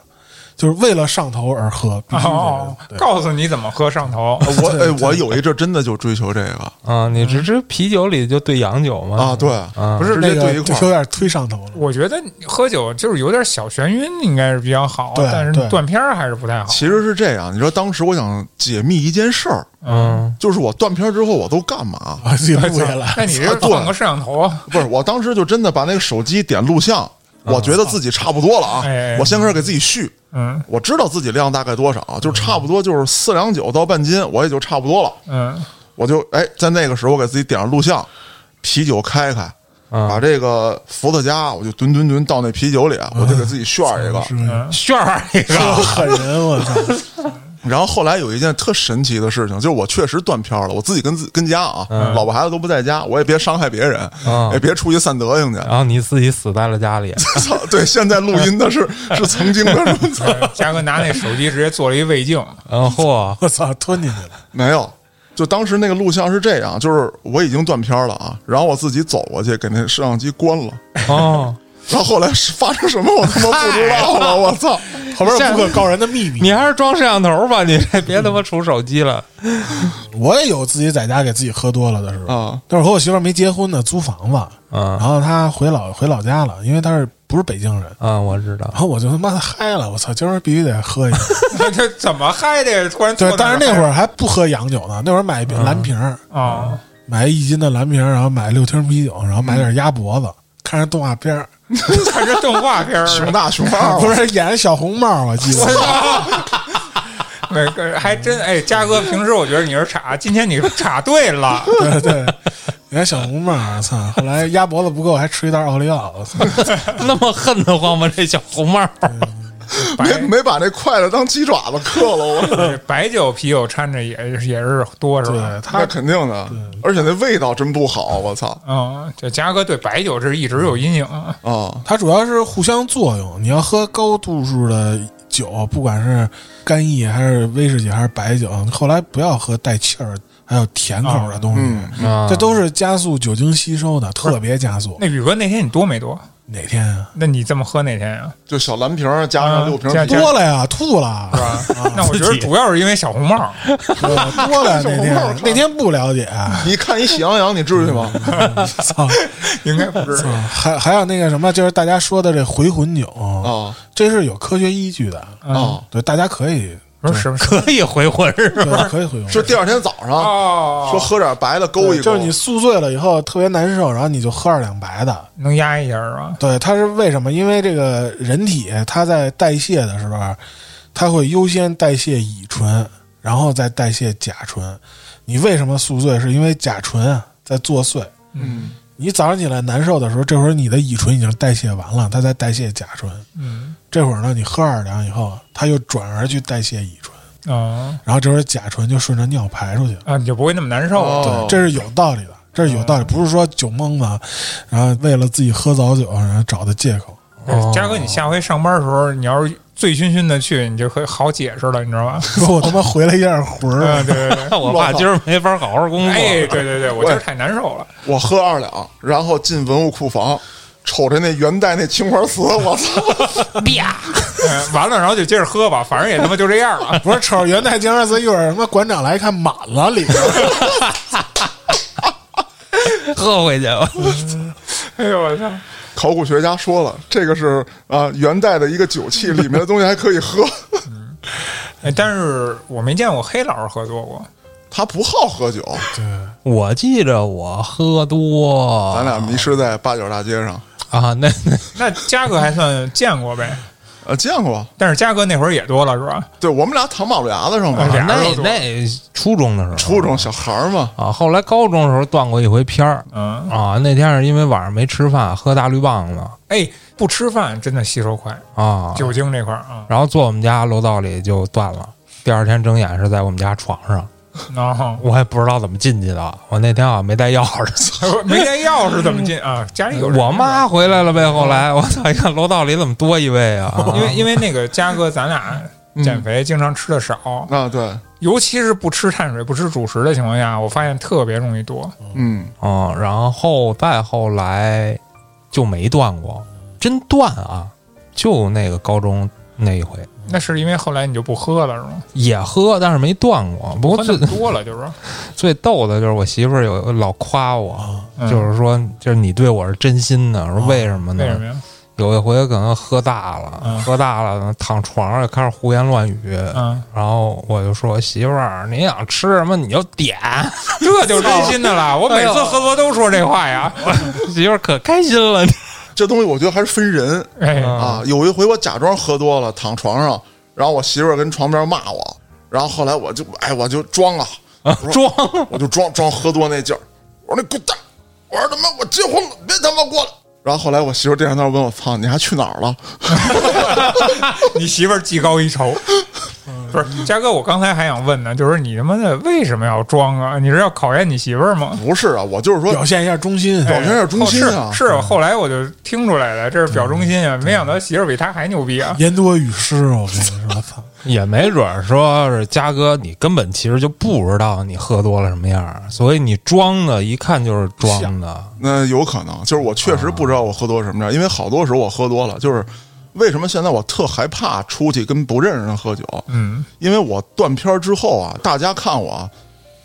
就是为了上头而喝，必须得、哦，对告诉你怎么喝上头。我哎，我有一阵真的就追求这个啊，你这这啤酒里就兑洋酒嘛？啊，对，啊，不是直那接个对一块有点儿。忒上头了。我觉得你喝酒就是有点小眩晕，应该是比较好，啊对但是对断片儿还是不太好。其实是这样，你说当时我想解密一件事儿，嗯，就是我断片儿之后我都干嘛？啊 (laughs) 哎我自己录下来，那你这对放个摄像头啊，不是，我当时就真的把那个手机点录像，我觉得自己差不多了啊哎哎，我先开始给自己续，嗯我知道自己量大概多少，啊就差不多就是四两酒到半斤，我也就差不多了。嗯我就哎，在那个时候我给自己点上录像，啤酒开开，把啊，这个伏特加我就吨吨吨倒那啤酒里，啊我就给自己炫一个。 (laughs) 啊是吧？嗯炫儿一这个，么狠人，我操！然后后来有一件特神奇的事情，就是我确实断片了，我自己跟自跟家啊，嗯老婆孩子都不在家，我也别伤害别人，啊嗯也别出去散德行去。 (laughs) 然后你自己死在了 (laughs) 家里，操，对，现在录音 (laughs) 的是是曾经的什么？嗯，嘉哥拿那手机直接做了一胃镜， (laughs) 然后啊我操，吞进去了，没有，就当时那个录像是这样，就是我已经断片了啊，然后我自己走过去给那摄像机关了，哦，然后后来是发生什么我他妈不知道了，我 (laughs) 操！旁边有不可告人的秘密。你还是装摄像头吧，你这别他妈杵手机了。我也有自己在家给自己喝多了的时候，啊但是和我媳妇儿没结婚呢，租房子，然嗯后她回老回老家了，因为她是不是北京人，嗯，我知道然。后我就他妈的嗨了，我操，今儿必须得喝一 (laughs) 个。这怎么嗨的？突然对，但是那会儿儿还不喝洋酒呢，那会儿买一瓶蓝瓶儿， (laughs) 啊，买一斤的蓝瓶儿，然后买六听啤酒，然后买点鸭脖子，看着动画片儿，看这动画 (laughs) 片儿，熊大熊二，不是演小红帽儿，我记得。每个还真哎，嘉哥平时我觉得你是查，今天你查对 (laughs) 了， (laughs) 对对，演小红帽儿，操！后来鸭脖子不够，还吃一袋奥利奥，我操！那么恨得慌吗？这小红帽，没没把那筷子当鸡爪子刻了，我 (laughs) 这白酒啤酒掺着也是也是多是吧对？那他肯定的，而且那味道真不好，我操嗯，这嘉哥对白酒这一直有阴影啊。啊！他主要是互相作用，你要喝高度数的酒，不管是干邑还是威士忌还是白酒，后来不要喝带气儿还有甜口的东西。嗯，这都是加速酒精吸收的，特别加速。那宇哥那天你多没多？哪天啊？那你这么喝那天啊呀、就小蓝瓶儿加上六瓶啊加啤酒加多了呀，吐了，是啊吧？ (laughs) 那我觉得主要是因为小红帽， (laughs) 对多了呀那小天红帽 (laughs) 看那天不了解，啊 (laughs) 你看一喜羊羊，你至于吗？操！嗯 (laughs) 应该不是。还还有那个什么，就是大家说的这回魂酒， (laughs) 啊这是有科学依据的，嗯，啊！对，大家可以，不是 (laughs) 什么可以回魂是吧？对，可以回魂。是第二天早上哦，说喝点白的勾对一勾，就是你宿醉了以后特别难受，然后你就喝二两白的。能压一下是吧？对，它是为什么？因为这个人体它在代谢的时候，啊它会优先代谢乙醇，然后再代谢甲醇。你为什么宿醉？是因为甲醇啊在作祟。嗯你早上起来难受的时候，这会儿你的乙醇已经代谢完了，它在代谢甲醇。嗯，这会儿呢，你喝二两以后，它又转而去代谢乙醇，哦，然后这会儿甲醇就顺着尿排出去了。啊，你就不会那么难受了。哦对，这是有道理的，这是有道理，不是说酒蒙子，然后为了自己喝早酒，然后找的借口。对嘉哥，你下回上班的时候，你要是醉醺醺的去，你就可以好解释了，你知道吧？说我他妈回来一下魂儿，(laughs) (laughs) 嗯，对对对。我怕今儿没法好好工作。哎，对对对，我今儿太难受了。我喝二两，然后进文物库房，瞅着那元代那青花瓷，我操！嗯，完了，然后就接着喝吧，反正也他妈就这样了。不是瞅着元代金二字一会儿他妈馆长来一看满了里边，喝回去吧。 (laughs) 哎呦我操！考古学家说了，这个是啊元代的一个酒器，里面的东西还可以喝。哎但是我没见过黑老师喝多过。他不好喝酒， (laughs) 我记着我喝多，咱俩迷失在八角大街上，啊，那那那嘉哥还算见过 (laughs) 呗，呃，见过。但是嘉哥那会儿也多了是吧？对我们俩躺马路牙子上嘛，俩人那都多那初中的时候，初中小孩儿嘛，啊，后来高中的时候断过一回片儿嗯，啊，那天是因为晚上没吃饭，喝大绿棒子哎，不吃饭真的吸收快，啊，酒精这块儿啊。然后坐我们家楼道里就断了。第二天睁眼是在我们家床上，然后我也不知道怎么进去的。我那天好像没带钥匙， (laughs) (laughs) 没带钥匙怎么进啊？家里有人我妈回来了呗。后哎来我操，一看楼道里怎么多一位啊？因为因为那个嘉哥，咱俩减肥经常吃的少，啊对，尤其是不吃碳水、不吃主食的情况下，我发现特别容易多。嗯，啊，然后再后来就没断过，真断啊，就那个高中那一回那是因为后来你就不喝了是吗？也喝，但是没断过。不过喝那最么多了就是，最逗的就是我媳妇儿有老夸我，嗯 (laughs) 就是说就是你对我是真心的，我说哦为什么呢？为什么呀？有一回可能喝大了，嗯喝大了躺床上开始胡言乱语，嗯，然后我就说媳妇儿，你想吃什么你就 (laughs) 点。哎这就真心的了。我每次喝多都说这话呀。 (laughs) 媳妇儿可开心了， (laughs) 这东西我觉得还是分人哎，嗯啊。有一回我假装喝多了，躺床上，然后我媳妇儿跟床边骂我，然后后来我就哎我就装啊，我说装我就装装喝多那劲儿，我说你滚蛋，我说他妈我结婚了，别他妈过来。然后后来我媳妇儿第二天问我，操，你还去哪儿了？ (laughs) (laughs) 你媳妇儿技高一筹。嗯不是，嘉哥，我刚才还想问呢，就是你他妈的为什么要装啊？你是要考验你媳妇儿吗？不是啊，我就是说表现一下忠心，表现一下忠心啊哦。是嗯是，后来我就听出来了，这是表忠心啊！没想到媳妇儿比他还牛逼啊！言多语失，我跟你说，操，也没准儿说是嘉哥，你根本其实就不知道你喝多了什么样儿，所以你装的，一看就是装的。那有可能，就是我确实不知道我喝多什么样，因为好多时候我喝多了，就是为什么现在我特害怕出去跟不认识人喝酒，嗯因为我断片儿之后啊，大家看我啊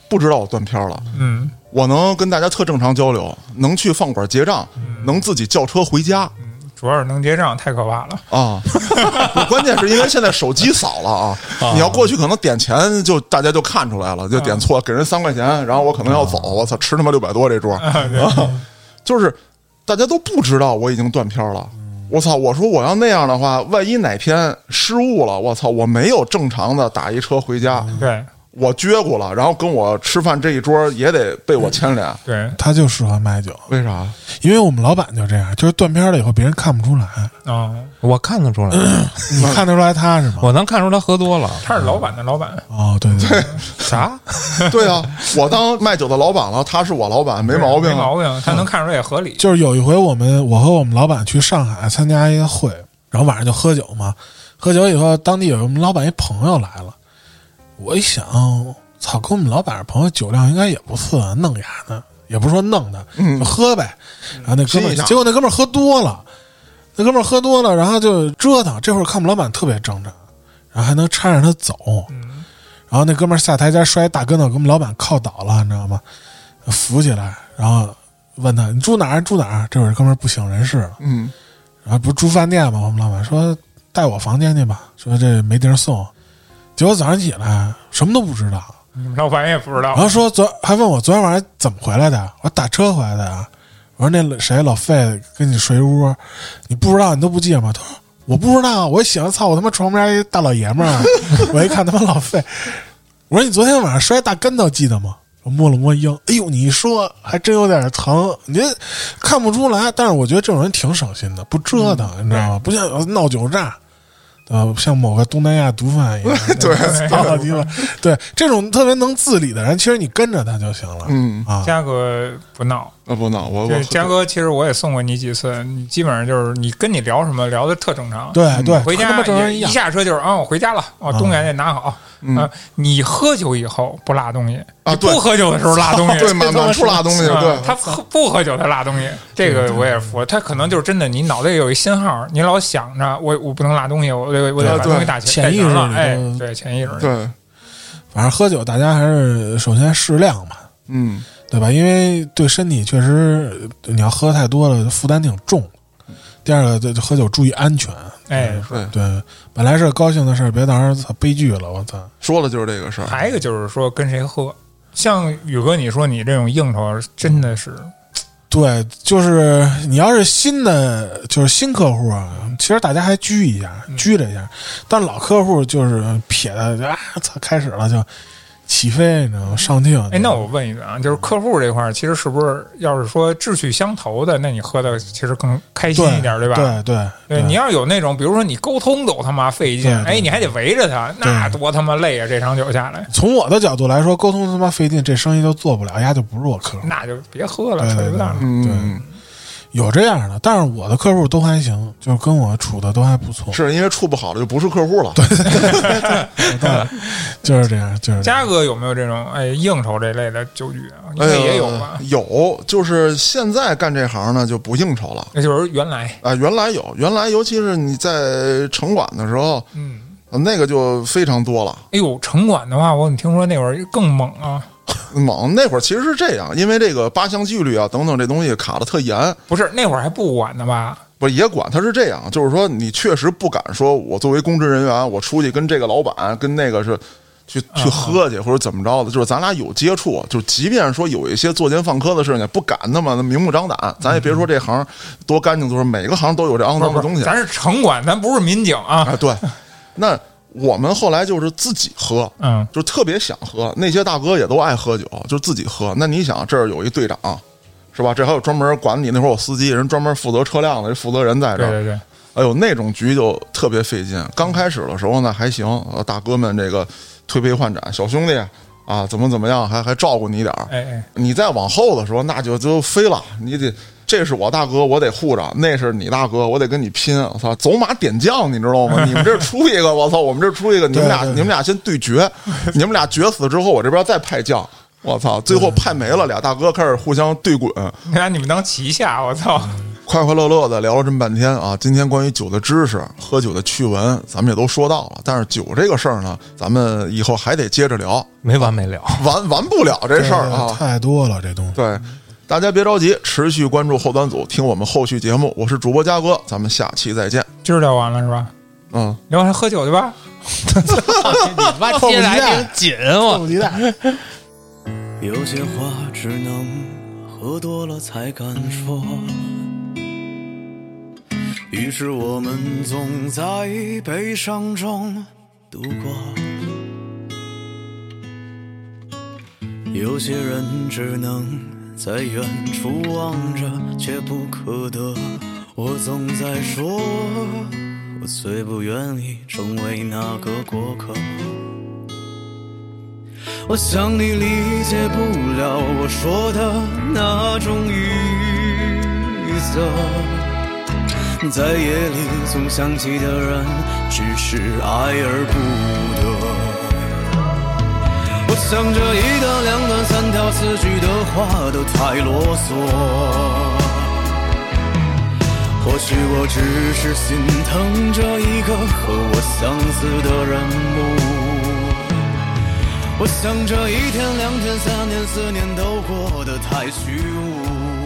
不知道我断片儿了，嗯，我能跟大家特正常交流，能去饭馆结账，嗯能自己叫车回家嗯主要是能结账，太可怕了。啊。 (laughs) 不关键是因为现在手机扫了啊，你要过去可能点钱就大家就看出来了，就点错，给人三块钱，然后我可能要走，我操，吃他妈六百多这桌。啊对就是大家都不知道我已经断片儿了。嗯我操！我说我要那样的话，万一哪天失误了，我操，我没有正常的打一车回家，对我撅咕了，然后跟我吃饭这一桌也得被我牵连。对他就适合卖酒，为啥？因为我们老板就这样，就是断片了以后别人看不出来，啊，我看 (clears throat) 得出来，你看得出来他是吗？我能看出他喝多了。他是老板的老板，哦，对对对，啥？对啊，我当卖酒的老板了，他是我老板，没毛病没啊。毛病，他能看出来也合理。 (laughs) 就是有一回我们我和我们老板去上海参加一个会，然后晚上就喝酒嘛，喝酒以后当地有我们老板一朋友来了，我一想，操，跟我们老板是朋友酒量应该也不次啊，弄牙呢，也不是说弄的，就喝呗。然后那哥们心一儿，下结果那哥们儿喝多了，那哥们儿喝多了，然后就折腾。这会儿看我们老板特别挣扎，然后还能搀着他走。然后那哥们儿下台阶摔一大跟头，给我们老板靠倒了，你知道吗？扶起来，然后问他你住哪儿？住哪儿？这会儿哥们儿不省人事了，嗯，然后啊不是住饭店吗？我们老板说带我房间去吧，说这没地儿送。结果早上起来什么都不知道，你嗯们老板也不知道然，后说昨还问我昨天晚上怎么回来的，我说打车回来的啊。我说那谁老费跟你睡屋，你不知道你都不记得吗？他说我不知道，我一醒操我他妈床边一大老爷们儿，啊 (laughs) 我一看他妈老费，我说你昨天晚上摔大跟头记得吗？我摸了摸腰，哎呦，你一说还真有点疼，你这看不出来，但是我觉得这种人挺省心的，不折腾，你知道吗？不像有闹酒炸，呃，像某个东南亚毒贩一样， (laughs) 对，操你妈！对，这种特别能自理的人，其实你跟着他就行了，嗯啊，嘉哥不闹。那啊不闹我这我嘉哥，其实我也送过你几次，你基本上就是你跟你聊什么聊的特正常，对对，回跟他家妈正常也人一一样，下车就是啊，我回家了，嗯哦，东西得拿好。啊，你喝酒以后不拉东西啊你对不喝酒的时候拉东西，对满满处拉东西，啊对，他喝不喝酒他拉东西，这个我也服。他可能就是真的，你脑袋有一信号，你老想着我我不能拉东西，我得我得对把对东西打全潜意识里了就，哎，对，潜意识里对，反正喝酒大家还是首先适量嘛，嗯，对吧？因为对身体确实，呃你要喝太多了，负担挺重。第二个，这这喝酒注意安全。哎，对，对，本来是个高兴的事儿，别到时候操悲剧了。我操！说的就是这个事儿。还有一个就是说跟谁喝，像宇哥你说你这种应酬真的是对，就是你要是新的，就是新客户啊，其实大家还拘一下，嗯拘着一下。但老客户就是撇的就啊，操，开始了就起飞，你知道吗？上劲。哎，那我问一个啊，就是客户这块儿，其实是不是要是说志趣相投的，那你喝的其实更开心对一点，对吧？对对对你要是有那种，比如说你沟通都他妈费劲，对对哎，你还得围着他，那多他妈累啊！这场酒下来，从我的角度来说，沟通他妈费劲，这生意就做不了，丫就不是我客户。那就别喝了，对扯对不淡了。嗯，有这样的，但是我的客户都还行，就是跟我处的都还不错，是因为处不好了就不是客户了。就是这样，就是这样。嘉哥有没有这种哎应酬这类的酒局啊？应哎该也有呦吧？有，就是现在干这行呢就不应酬了。那就是原来，啊，原来有，原来尤其是你在城管的时候，啊嗯，那个就非常多了。哎呦，城管的话，我怎么听说那会儿更猛啊？猛那会儿其实是这样，因为这个八项纪律啊等等这东西卡的特严，不是那会儿还不管呢吧？不是也管。他是这样，就是说你确实不敢说，我作为公职人员，我出去跟这个老板跟那个是，去去喝去或者怎么着的，就是咱俩有接触，就即便说有一些作奸犯科的事情，也不敢那么明目张胆。咱也别说这行多干净，就是每个行都有这肮脏不是的不东西是，咱是城管，咱不是民警啊。啊。对，那我们后来就是自己喝，嗯，就特别想喝，那些大哥也都爱喝酒，就自己喝。那你想，这儿有一队长，是吧？这还有专门管你，那会儿有司机，人专门负责车辆的，这负责人在这对儿。对对，哎呦，那种局就特别费劲。刚开始的时候呢还行，呃大哥们这个推杯换盏，小兄弟啊，怎么怎么样，还还照顾你点儿。哎哎，你再往后的时候，那就就飞了，你得。这是我大哥，我得护着；那是你大哥，我得跟你拼。我操，走马点将，你知道 (laughs) 吗？你们这出一个，我操，我们这出一个，你们俩对对对你们俩先对 (laughs) 决，你们俩决死之后，我这边再派将。我操，最后派没了，俩大哥开始互相对滚，你看你们当旗下，我操，快快乐乐的聊了这么半天啊，今天关于酒的知识、喝酒的趣闻，咱们也都说到了。但是酒这个事儿呢，咱们以后还得接着聊， (laughs) 没完没了。完完不了这事儿啊。太多了，这东西。对，大家别着急，持续关注后端组，听我们后续节目。我是主播嘉哥，咱们下期再见。今儿聊完了是吧？嗯，聊完了喝酒去吧。 (laughs) 你妈接得还挺紧，迫我不及待。有些话只能喝多了才敢说。于是我们总在悲伤中度过。有些人只能在远处望着，却不可得。我总在说，我最不愿意成为那个过客。我想你理解不了我说的那种语塞，在夜里总想起的人，只是爱而不得。我想这一段、两段、三条、四句的话都太啰嗦。或许我只是心疼这一个和我相似的人物。我想这一天、两天、三年、四年都过得太虚无。